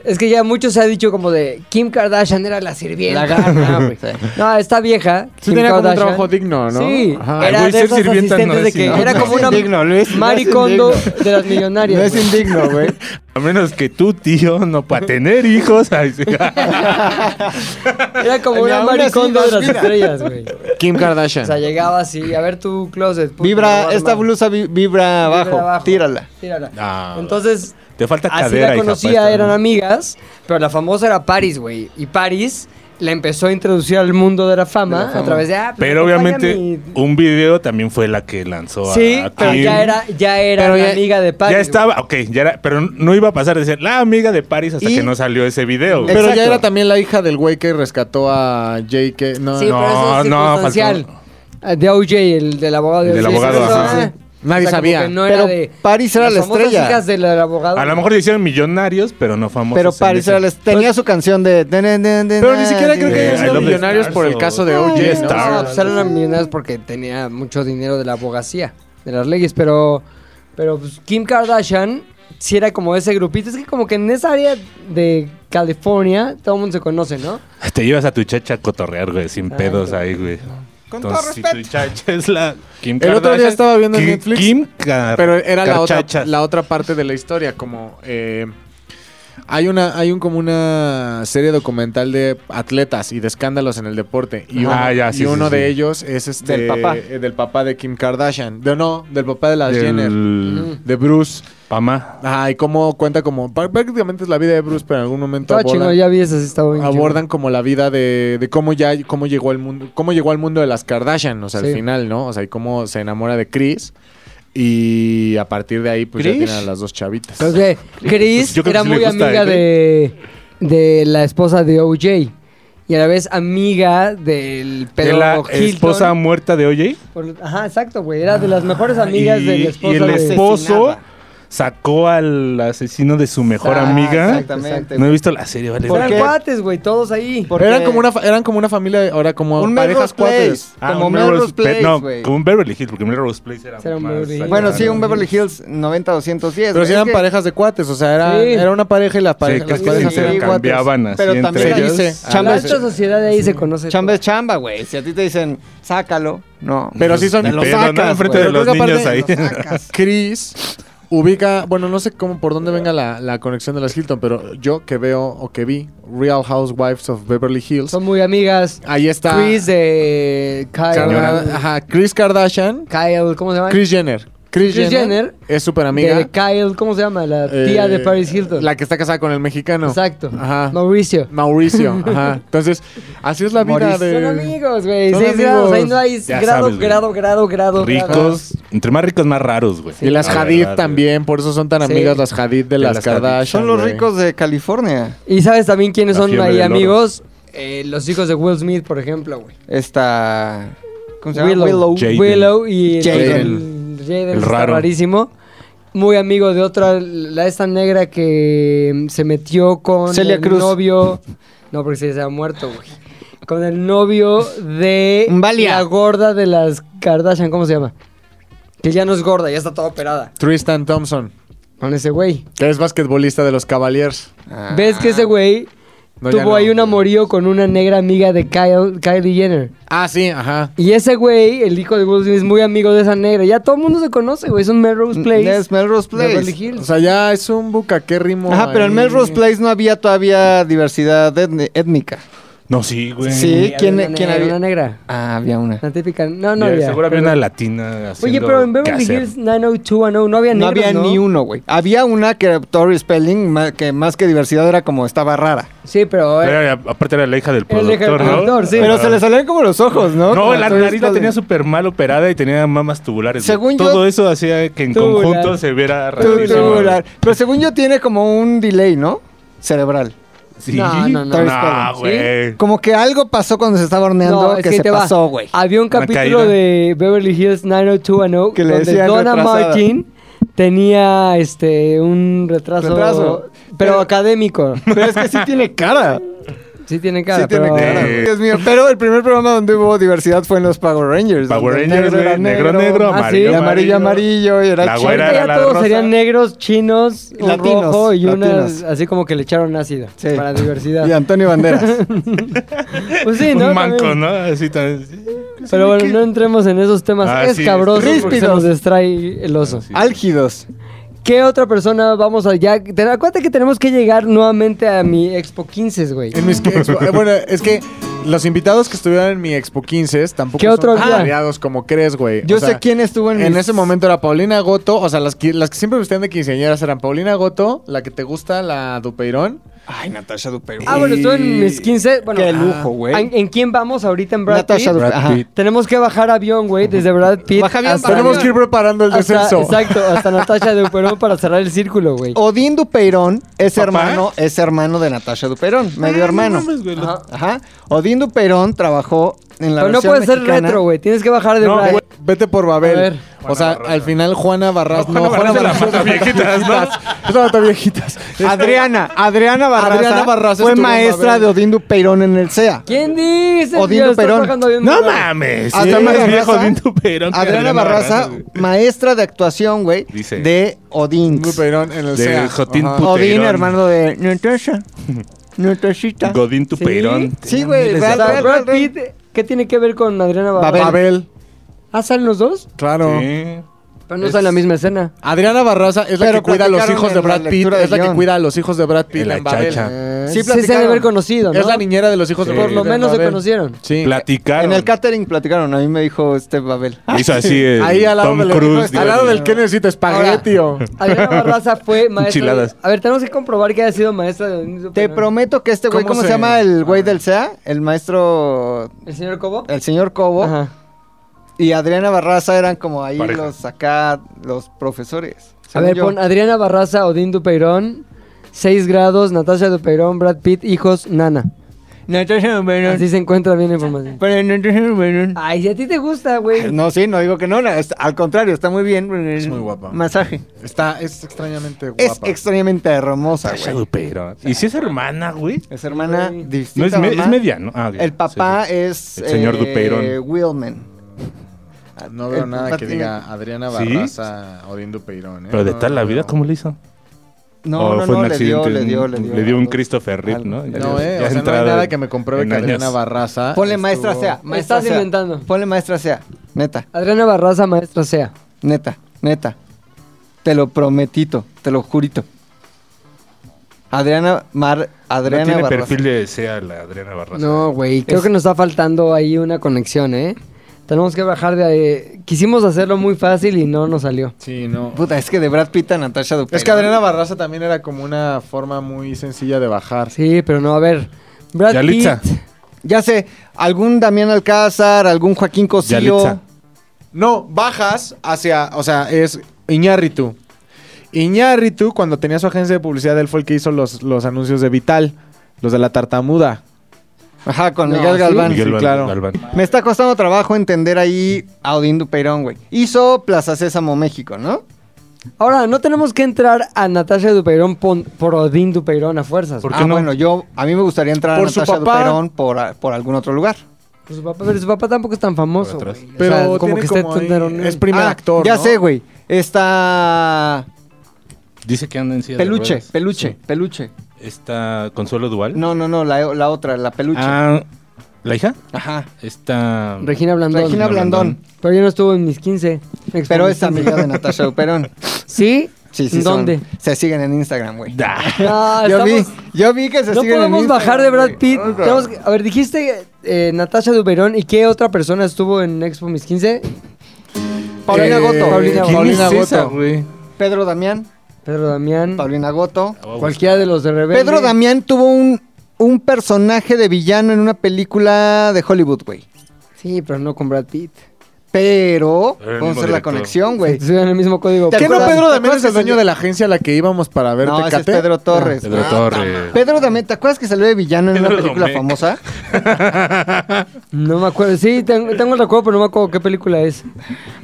A: Es que ya mucho se ha dicho como de Kim Kardashian era la sirvienta.
I: La gana, güey.
A: No, esta vieja.
K: Sí
A: Kim
K: tenía como un
A: Kardashian,
K: trabajo digno, ¿no?
A: Sí,
K: Ajá.
A: era
B: Ay, güey,
A: de
B: ser
A: esas
B: sirvienta
A: asistentes
B: no
A: de
B: es
A: que
B: indigno.
A: era como
I: No es
A: una
I: indigno, Luis, no es
A: maricondo
I: indigno.
A: de las millonarias.
I: No es
A: güey.
I: indigno, güey.
B: A menos que tú, tío, no para tener hijos. ay, sí.
A: Era como
I: Ni
A: una
I: aún así
A: maricondo de
I: das
A: las
I: vida.
A: estrellas, güey.
K: Kim
A: O sea,
K: Kardashian.
A: llegaba así, a ver tu closet. puta, me voy
I: Vibra,
A: a
I: esta
A: armar.
I: blusa vi- vibra
A: Vibra
I: abajo. Tírala.
A: Tírala.
B: Ah.
A: Entonces,
B: Te falta
A: así
B: cadera,
A: la
B: hija, pues,
A: conocía,
B: pa' esto,
A: eran
B: ¿no?
A: amigas, pero la famosa era Paris, güey. Y Paris la empezó a introducir al mundo de la fama, a través de... Ah, pues,
B: Pero
A: acompáñame.
B: obviamente un video también fue la que lanzó a-
A: Sí,
B: a
A: pero
B: Kim.
A: ya era, ya era
K: Pero
A: la
K: ya-
A: amiga de Paris.
B: Ya
A: güey.
B: estaba, ok, ya era, pero no iba a pasar de ser la amiga de Paris hasta
I: Y-
B: que no salió ese video. güey.
K: Pero
I: Exacto.
K: ya era también la hija del güey que rescató a J.K. No,
A: Sí,
K: no.
A: pero eso
B: No,
A: es
B: no,
A: circunstancial. Eh, De OJ, el del abogado.
B: El del
A: Sí,
B: abogado,
A: sí,
B: ajá.
A: sí, sí.
B: Sí.
K: Nadie
A: O sea, como
K: sabía.
A: que no
I: Pero
A: era de-
I: Paris era
A: las
I: la
A: famosas
I: estrella.
A: hijas del abogado.
B: a lo mejor le hicieron millonarios, pero no famosos.
I: Pero
B: en
I: Paris
B: ese-
I: era la- tenía su canción de... Pero
K: Pero ni siquiera creo que
B: Eh,
K: hayan
B: I
K: sido
B: love the
K: millonarios
B: stars
K: por el
B: o-
K: caso de
B: Ay,
K: OJ.
B: yes,
K: ¿no?
B: stars.
A: No, pues eran millonarios porque tenía mucho dinero de la abogacía, de las leyes, pero, pero pues, Kim Kardashian sí era como ese grupito. Es que como que en esa área de California todo el mundo se conoce, ¿no?
B: Te llevas a tu chacha a cotorrear, güey, sin
A: Ay,
B: pedos
A: güey.
B: ahí, güey.
I: Con
B: Entonces,
I: todo
B: si
I: respeto.
B: tu chacha es la Kim
K: El otro
B: Kardashian,
K: día estaba viendo en
B: Ki-
K: Netflix,
B: Kim Kar-
K: Pero era la otra,
B: Karchachas.
K: la otra parte de la historia, como eh, hay una, hay un como una serie documental de atletas y de escándalos en el deporte. Y uno,
B: Ah, ya, sí, sí,
K: y uno
B: sí.
K: de ellos es este
I: Del papá.
K: eh, del papá de Kim Kardashian. De no, del papá de las
B: del
K: Jenner. De Bruce.
B: Pamá.
K: Ajá, y cómo cuenta como. pr- Prácticamente es la vida de Bruce, pero en algún momento
A: Estaba chingón,
K: abordan,
A: ya vi eso, sí estaba bien chingón.
K: abordan como la vida de, de cómo ya, cómo llegó al mundo, cómo llegó al mundo de las Kardashian, o sea,
A: Sí.
K: al final, ¿no? O sea, y cómo se enamora de Chris. Y a partir de ahí, pues ya
B: ¿Chris?
K: tienen a las dos chavitas.
A: Creo que Chris
B: Yo creo que
A: era
B: sí le
A: muy
B: gusta,
A: amiga
B: ¿eh?
A: de, de la esposa de OJ y a la vez amiga del
B: ¿De
A: pedo
B: la
A: Hilton.
B: esposa muerta de OJ?
A: Por- Ajá, exacto, güey. Era de las mejores amigas
B: Ah, y,
A: de la esposa
B: y el
A: de-
B: esposo
I: Asesinada.
B: sacó al asesino de su mejor
I: Ah,
B: amiga.
I: exactamente.
B: No he visto la serie, vale.
I: ¿Por
A: Eran
I: qué?
A: cuates, güey, todos ahí.
I: Porque-
K: Eran como una fa- eran como una familia, ahora como
I: Un
K: parejas
I: Melrose Place.
K: cuates.
B: Ah,
I: como
B: un
I: Melrose
B: Pe-
I: Place,
B: No,
I: güey.
B: como un Beverly Hills, porque Melrose Place era,
A: Era un
B: más
A: Beverly Hills.
I: Bueno,
B: acá,
I: sí,
B: ¿no?
I: un Beverly Hills 90-210.
K: Ah, Pero si eran parejas de cuates, o sea, era,
A: Sí.
K: era una pareja y las
B: Sí,
K: parejas,
B: que
K: las
B: se
K: parejas eran cuates.
B: intercambiaban así
I: Pero
B: entre
I: también
K: ellos.
I: dice,
K: Ah,
A: la
I: chamba es-
A: alta sociedad de ahí se conoce.
I: chamba es
A: todo.
I: chamba, güey. Si a ti te dicen, sácalo, no.
K: Pero sí son
B: Ni
K: Te lo
B: pedo, ¿no?
K: sacas,
B: Enfrente
K: güey.
B: de los
K: Creo que
B: niños ahí.
K: aparte- Chris ubica, bueno, no sé cómo por dónde venga la, la conexión de las Hilton, pero yo que veo o que vi Real Housewives of Beverly Hills,
A: Son muy amigas.
K: ahí está
A: Chris de Kyle. Ah,
K: Kardashian- ajá, Chris Kardashian,
A: Kyle, ¿cómo se llama?
K: Chris Jenner. Kris
A: Kris
K: Jenner,
A: Jenner
K: es súper amiga.
A: De Kyle, ¿cómo se llama? La tía
B: Eh,
A: de Paris Hilton.
K: La que está casada con el mexicano.
A: Exacto.
K: Ajá.
A: Mauricio.
K: Mauricio. Ajá. Entonces, así es la vida
A: Mauricio.
K: de.
A: Son amigos, güey.
K: Son
A: Seis
K: amigos.
A: grados. Ahí no hay
B: Ya
A: grado,
B: sabes, güey.
A: grado, grado, grado, grado.
B: Ricos, entre más ricos, más raros, güey.
K: Y las
B: La
K: Hadid
B: verdad,
K: también, por eso son tan
A: Sí.
K: amigas las Hadid de las,
B: las Hadid.
K: Kardashian.
I: Son los
K: güey.
I: ricos de California.
A: Y sabes también quiénes
B: La
A: son
B: fiebre
A: ahí
B: del oro.
A: amigos. Eh, los hijos de Will Smith, por ejemplo, güey.
I: Esta. ¿Cómo se llama?
A: Willow. Willow,
B: Jaden.
A: y el-
I: Jaden.
A: el- Jaden
B: El
A: está
B: raro.
A: rarísimo. Muy amigo de otra, la esta negra que mm, se metió con
I: Celia
A: el
I: Cruz.
A: novio. No, porque se ha muerto, güey. Con el novio de
I: Mbalia.
A: la gorda de las Kardashian, ¿cómo se llama? Que ya no es gorda, ya está toda operada.
K: Tristan Thompson,
A: Con ese güey.
K: que es basquetbolista de los Cavaliers.
I: Ah.
A: ¿Ves que ese güey
K: No, ya
A: tuvo
K: no.
A: ahí un amorío con una negra amiga de Kyle, Kylie Jenner?
K: Ah, sí, ajá.
A: Y ese güey, el hijo de Will Smith, es muy amigo de esa negra. Ya todo el mundo se conoce, güey. Es un Melrose Place.
I: Mm, Es Melrose
A: Beverly
I: Place.
A: Hills.
K: O sea, ya es un bucaquérrimo.
I: Ajá, pero en
K: ahí.
I: Melrose Place no había todavía diversidad etni- étnica.
B: No, sí, güey.
I: Sí.
A: Había
I: ¿Quién- e-,
A: una
I: quién
A: negra,
I: había?
A: Una negra.
I: Ah, había una.
A: La típica. No, no
B: No,
A: había.
B: Seguro había una latina
A: Oye,
B: haciendo
A: pero en Beverly
B: quehacer.
A: Hills 90210 no había
I: No
A: negros,
I: había ni uno, güey. Había una que era Tori Spelling, ma- que más que diversidad era como estaba rara.
A: Sí, pero... eh,
B: Pero era- aparte era la hija del
A: Era la
B: productor,
A: hija del
B: ¿no?
A: productor, sí.
I: Pero
B: Ah.
I: se le salían como los ojos, ¿no?
B: No,
I: Como
B: la
I: Tori
B: nariz la
I: Spelling.
B: tenía súper mal operada y tenía mamas tubulares. güey.
I: Según yo-
B: Todo eso hacía que en
A: Tubular.
B: conjunto se viera rarísimo. güey.
I: Tubular. Pero según yo tiene como un delay, ¿no? Cerebral.
B: Sí.
A: No, no, no.
B: No,
I: Tori Spelling,
B: güey.
I: Como que algo pasó cuando se estaba horneando
A: No, es
I: que,
A: que
I: se
A: te va. Ah,
I: pasó, güey.
A: Había un
B: Una
A: capítulo
B: caída.
A: de Beverly Hills 90210
I: Que le
A: donde
I: decían
A: Donna
I: retrasada.
A: Martin tenía este un retraso,
I: Retraso.
A: pero,
I: Pero-
A: académico.
I: Pero es que sí tiene cara.
A: Sí tiene cara,
I: sí tiene
A: pero-
I: cara.
B: Eh.
I: Dios mío. Pero el primer programa donde hubo diversidad fue en los Power Rangers.
B: Power
I: donde el
B: Rangers,
I: era
B: güey, negro, negro,
A: Ah,
B: amarillo,
I: y amarillo, amarillo. Y era
B: La
I: chido.
B: güera.
A: Ahorita ya
B: la
A: todos
B: rosa.
A: serían negros, chinos, un
I: Latinos,
A: rojo y unas
I: latinos.
A: así como que le echaron ácido
I: Sí.
A: para diversidad.
I: Y Antonio Banderas.
A: Pues sí, ¿no?
B: Un manco,
A: También.
B: ¿no? Así también.
A: Pero bueno, no entremos en esos temas
B: Ah, sí,
A: escabrosos porque se
I: Ríspidos.
A: nos distrae el oso.
I: Álgidos.
A: ¿Qué otra persona vamos a ya? Ten, acuérdate que tenemos que llegar nuevamente a mi Expo 15, güey.
K: En mis que- expo- eh, bueno, es que los invitados que estuvieron en mi Expo 15 tampoco
A: ¿Qué otro
K: son
A: día?
K: tan variados como crees, güey.
I: Yo
K: O
I: sé
K: sea,
I: quién estuvo en
K: En
I: mis-
K: ese momento era Paulina Goto, o sea, las que, las que siempre vestían de quinceañeras eran Paulina Goto, la que te gusta, la Dupeirón.
I: Ay, Natasha Dupeiro.
A: Ah, bueno, estuve en mis 15. Bueno,
I: Qué lujo, güey.
A: ah, ¿En, en quién vamos ahorita en Brad Pitt?
I: Natasha Dupeiro. Ajá.
A: Tenemos que bajar avión, güey, desde Brad Pitt.
I: Baja avión
A: hasta-
I: para
K: Tenemos que ir preparando el
A: hasta-
K: descenso.
A: Exacto, hasta Natasha de Perón para cerrar el círculo, güey.
I: Odín Dupeirón es
B: ¿Papá?
I: hermano, es hermano de Natasha Dupeirón, medio hermano.
A: Ajá.
I: Ajá. Odín Dupeirón trabajó en la
A: Pero no
I: versión
A: puede ser
I: mexicana.
A: retro, güey. Tienes que bajar de
B: No,
A: Brad.
B: güey.
K: Vete por
A: A
K: Babel.
A: ver.
K: O sea, al final Juana Barras. No, Juana
B: Barras
K: Barras
B: es la
K: es
B: mata viejitas,
K: ¿no? Es la mata viejitas.
I: Adriana, Adriana Barraza,
K: Adriana Barraza
I: fue
K: estuvo en
I: maestra
K: Babel.
I: de Odín Dupeirón en el E CEA.
A: ¿Quién dice?
I: Odín
A: Dios,
I: Duperón.
A: estás bajando avión,
B: No
A: güey.
B: mames. Sí,
I: Adriana
B: más
I: Barraza-
B: viejo de un tuperón que
I: Adriana Barraza,
B: güey.
I: maestra de actuación, güey,
B: Dice.
I: de Odín.
K: Dupeirón en el
B: De
K: CEA.
B: Jotín
K: Ajá.
B: Puto.
I: Odín,
B: Dupeirón.
I: hermano de Natasha. Natashita.
B: Godín tuperón.
I: Sí, güey,
A: O
I: real,
A: sea,
I: real,
A: Brad
I: real, real.
A: Pitt, ¿qué tiene que ver con Adriana Barraza?
I: Babel.
K: Babel,
A: ¿Ah, salen los dos?
K: claro.
B: Sí.
A: Pero no salen la misma escena.
K: Adriana Barraza es la
I: Pero
K: que cuida a los
I: platicaron
K: hijos de
I: en la
K: Brad Pitt.
I: lectura de
K: Es la que
I: guión.
K: cuida a los hijos de Brad Pitt
B: En la
K: en Babel.
B: chacha.
A: Sí, se han
I: platicaron.
A: de haber conocido, ¿no?
K: Es la niñera de los hijos de
B: Sí.
K: Brad
A: Por
K: Pitt.
A: lo
K: en
A: menos se
K: Babel.
A: conocieron.
K: Sí.
B: Platicaron.
I: En el catering platicaron, a mí me dijo este Babel.
B: Hizo así el
K: Ahí al lado,
B: Tom
K: del,
B: Cruise.
K: al lado
B: digamos.
K: del que necesita espagueti. o-
A: Adriana Barraza fue maestra. de-
B: Enchiladas.
A: A ver, tenemos que comprobar que haya sido maestra de.
I: Te prometo que este güey,
K: ¿Cómo
I: ¿cómo se
K: se-
I: llama el güey del SEA? El maestro,
A: ¿El señor Cobo?
I: el señor Eh, Cobo
A: Ajá.
I: y Adriana Barraza eran como ahí
B: Pareja.
I: los acá, los profesores.
A: A
I: según
A: ver,
I: yo.
A: pon Adriana Barraza, Odín Dupeirón, 6 grados, Natasha Dupeirón, Brad Pitt, hijos, Nana.
I: Natasha Dupeirón.
A: Así se encuentra bien la información.
I: Pero Natasha Dupeirón.
A: Ay, si a ti te gusta, güey.
I: No, sí, no digo que no, no, es- al contrario, está muy bien. Es
K: muy guapa.
I: Masaje.
K: Está, es extrañamente guapa.
I: Es extrañamente hermosa,
B: Tasha
I: güey.
B: Duperón. ¿Y si es hermana, güey?
I: Es hermana
A: Güey.
I: distinta.
B: No es, me-
I: mamá.
B: es mediano. Ah, ok.
I: El papá
B: Sí,
I: es. eh,
B: El señor Dupeirón.
I: Willman.
K: No veo
I: El
K: nada
I: papá
K: que
A: Pues,
I: tiene-
K: diga Adriana
B: ¿Sí?
K: Barraza Odín Dupeirón. ¿eh?
B: sí. Pero de
K: No,
B: tal la
K: no
B: vida,
K: veo.
B: ¿cómo le hizo?
I: No,
B: ¿O
I: no,
B: fue
I: no,
B: un
I: le dio,
B: accidente,
I: le dio, le dio.
B: un Christopher Reeve,
I: Algo.
B: ¿no? Ya-
K: No, eh.
B: ya
K: O sea, no hay
B: entrado
K: nada que me compruebe
B: en
K: que Adriana
B: años.
K: Barraza.
I: Ponle
K: estuvo-
I: maestra sea.
A: Me
I: Maestra
A: estás
I: sea.
A: inventando.
I: Ponle maestra sea. Neta,
A: Adriana Barraza, maestra sea.
I: neta, neta. Te lo prometito, te lo jurito. Adriana Mar.
B: No
I: Adriana
B: tiene
I: Barraza.
B: perfil de sea la Adriana Barraza.
A: No, güey, creo
I: Es-
A: que nos está faltando ahí una conexión, ¿eh? Tenemos que bajar de... eh, quisimos hacerlo muy fácil y no nos salió.
C: Sí, no.
I: Puta, es que de Brad Pitt a Natasha Dupré.
C: Es que Adriana Barraza también era como una forma muy sencilla de bajar.
A: Sí, pero no, a ver. Brad
K: Yalitza.
A: Pitt.
I: Ya sé, algún Damián Alcázar, algún Joaquín Cosío.
K: Yalitza.
C: No, bajas hacia, o sea, es Iñárritu. Iñárritu, cuando tenía su agencia de publicidad, él fue el que hizo los, los anuncios de Vital, los de la tartamuda.
I: Ajá, con
A: No,
I: Miguel
A: sí.
I: Galván.
K: Miguel
C: sí,
K: Val-
C: claro.
K: Galván.
I: Me está costando trabajo entender ahí a Odín Dupeirón, güey. Hizo Plaza Sésamo México, ¿no?
A: Ahora, no tenemos que entrar a Natasha Dupeirón pon- por Odín Dupeirón a fuerzas.
K: ¿Por
A: Por,
K: qué
I: ah,
K: no?
I: bueno, yo a mí me gustaría entrar
C: Por
I: a
C: su
I: Natasha
C: papá.
I: Dupeirón por, a- por algún otro lugar.
A: su Ah, pues, papá, pero su papá tampoco es tan famoso.
K: Por atrás.
A: güey. O
C: Pero
A: sea, como
C: tiene
A: que
C: como
A: esté
C: ahí-
A: tan-
C: es primer
I: Ah,
C: actor.
I: Ya
C: ¿no?
I: sé, güey. Está
K: Dice que anda en silla de
I: Peluche,
K: ruedas.
I: Peluche,
K: Sí.
I: Peluche.
K: Está Consuelo Duval.
I: No, no, no, la, la otra, la Peluche.
K: Ah, ¿La hija?
I: Ajá.
K: Está...
A: Regina Blandón.
I: Regina Blandón.
A: Pero yo no estuvo en mis 15. Expo
I: Pero
A: mis
I: es amiga de Natasha Dupeirón.
A: ¿Sí?
I: Sí, sí. son.
A: ¿Dónde?
I: Se siguen en Instagram, güey.
A: No,
I: yo,
A: estamos-
I: vi, yo vi que se
A: No
I: siguen en
A: podemos
I: Instagram,
A: bajar de Brad
I: güey.
A: Pitt. Tenemos que- a ver, dijiste eh, Natasha Duperón y qué otra persona estuvo en Expo Mis 15?
I: Paulina
C: Eh,
I: Goto.
A: Paulina
K: ¿Quién
C: Paulina
K: es esa,
C: Goto.
K: güey?
I: Pedro Damián.
A: Pedro Damián.
I: Paulina Goto.
A: Cualquiera de los de Rebelde.
I: Pedro Damián tuvo un, un personaje de villano en una película de Hollywood, güey.
A: Sí, pero no con Brad Pitt.
I: Pero, vamos
K: Era el
I: a
K: Eh, mismo
I: hacer la
K: director.
I: conexión, güey.
A: Estuvieron en el mismo código.
I: ¿Te
C: ¿Qué no
I: acuerdas-
C: Pedro
I: te
C: Damián
I: acuerdas
C: es el
I: que
C: dueño
I: salió-
C: de la agencia a la que íbamos para ver
I: No, ese es
C: Tecate?
I: Pedro Torres.
K: Pedro
I: Ah,
K: Torres.
I: Pedro Damián, ¿te acuerdas que salió de villano en una
K: Pedro
I: película
K: Domecq.
I: famosa?
A: No me acuerdo. Sí, ten- tengo el recuerdo, pero no me acuerdo qué película es.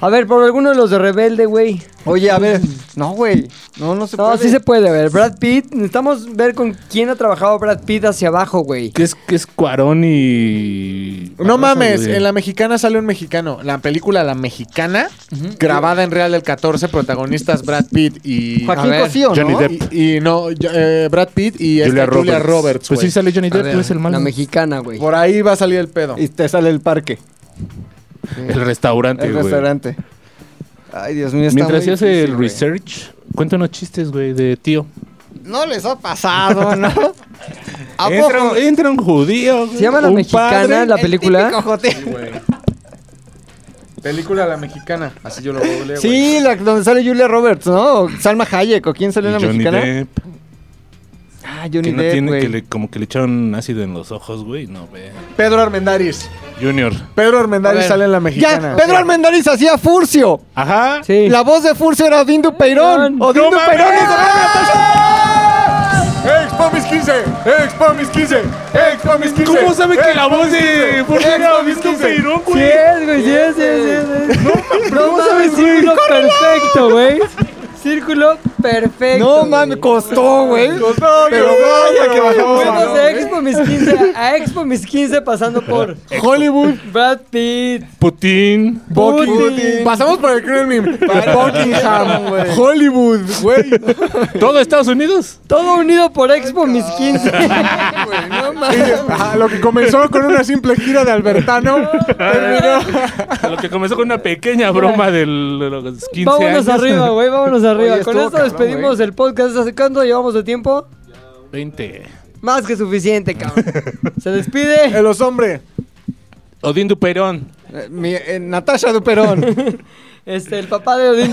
A: A ver, por alguno de los de Rebelde, güey.
I: Oye, a ver. No, güey. No, no se
A: No,
I: puede.
A: sí se puede. A ver, Brad Pitt. Necesitamos ver con quién ha trabajado Brad Pitt hacia abajo, güey.
K: Que es, que es Cuarón y...
C: No mames,
K: güey.
C: en La Mexicana sale un mexicano. La película La Mexicana, grabada en Real del 14, protagonistas Brad Pitt y...
I: Joaquín
C: A ver,
I: Cosío, ¿no?
K: Johnny Depp.
C: Y, y no, yo- eh, Brad Pitt y esta
K: Julia Roberts.
C: Julia Roberts.
K: pues sí
C: güey.
K: sale Johnny
A: A
K: Depp,
A: ver,
K: tú eres el malo.
A: La mexicana, güey.
C: Por ahí va a salir el pedo.
I: Y te sale el parque,
K: El restaurante,
I: el
K: güey.
I: restaurante. Ay, Dios mío, está
K: Mientras
I: muy
K: se hace
I: difícil,
K: el
I: güey.
K: research, cuenta unos chistes, güey, de tío.
I: No les ha pasado, ¿no? ¿A
K: Entra,
I: poco?
K: un- entra un judío.
A: ¿Se llama La
K: un
A: Mexicana
K: padre.
A: la película?
I: típico joteo.
C: Película La Mexicana. Así yo lo googleo, güey.
I: Sí, la, donde sale Julia Roberts, ¿no? O Salma Hayek, ¿o quién sale en
K: Y
I: la
K: Johnny
I: mexicana?
K: Depp,
I: Ah,
K: que
I: Johnny
K: no
I: Depp,
K: tiene, que
I: güey.
K: le, como que le echaron ácido en los ojos, güey. No, ve.
C: Pedro Armendáriz.
K: Junior.
C: Pedro
I: A
C: Armendáriz
I: ver.
C: sale en La
I: Ya,
C: Mexicana.
I: Pedro Armendáriz hacía Furcio.
K: Ajá.
A: Ah, Sí.
I: La voz de Furcio era Odín Peirón.
A: No
I: Odín
K: mames.
I: Peirón es de
C: ¡Expo mis 15! ¡Expo mis 15! ¡Expo mis 15!
K: ¿Cómo sabe que la voz de Jorge
C: Expo
K: era
C: mis
K: Vito
C: 15.
K: Peirón,
A: Sí
K: güey?
A: es, güey, sí es, sí es, sí es. No mames, círculo perfecto, güey. Círculo perfecto.
I: No
A: güey.
I: mames, costó, güey.
C: Pero vaya que bajamos.
A: Fuimos de Expo Mis 15 a Expo Mis 15 pasando por
C: Hollywood.
A: Brad Pitt,
K: Putin.
A: Putin.
C: Pasamos por el Kremlin. Para Buckingham, güey. Hollywood, güey.
K: ¿Todo Estados Unidos?
A: Todo unido por Expo Mis 15. no mames.
C: Ajá, lo que comenzó con una simple gira de Albertano terminó.
K: Lo que comenzó con una pequeña broma del, de los 15
A: Vámonos
K: años.
A: arriba, güey, vámonos arriba.
I: Oye,
A: Con
I: estuvo
A: esto
I: cabrón,
A: despedimos el podcast. ¿Hace cuánto llevamos de tiempo?
K: 20.
A: Más que suficiente, cabrón. Se despide.
C: El los hombres.
K: Odín Duperón.
I: Eh, mi- eh, Natasha Duperón.
A: Este, el papá de Odín.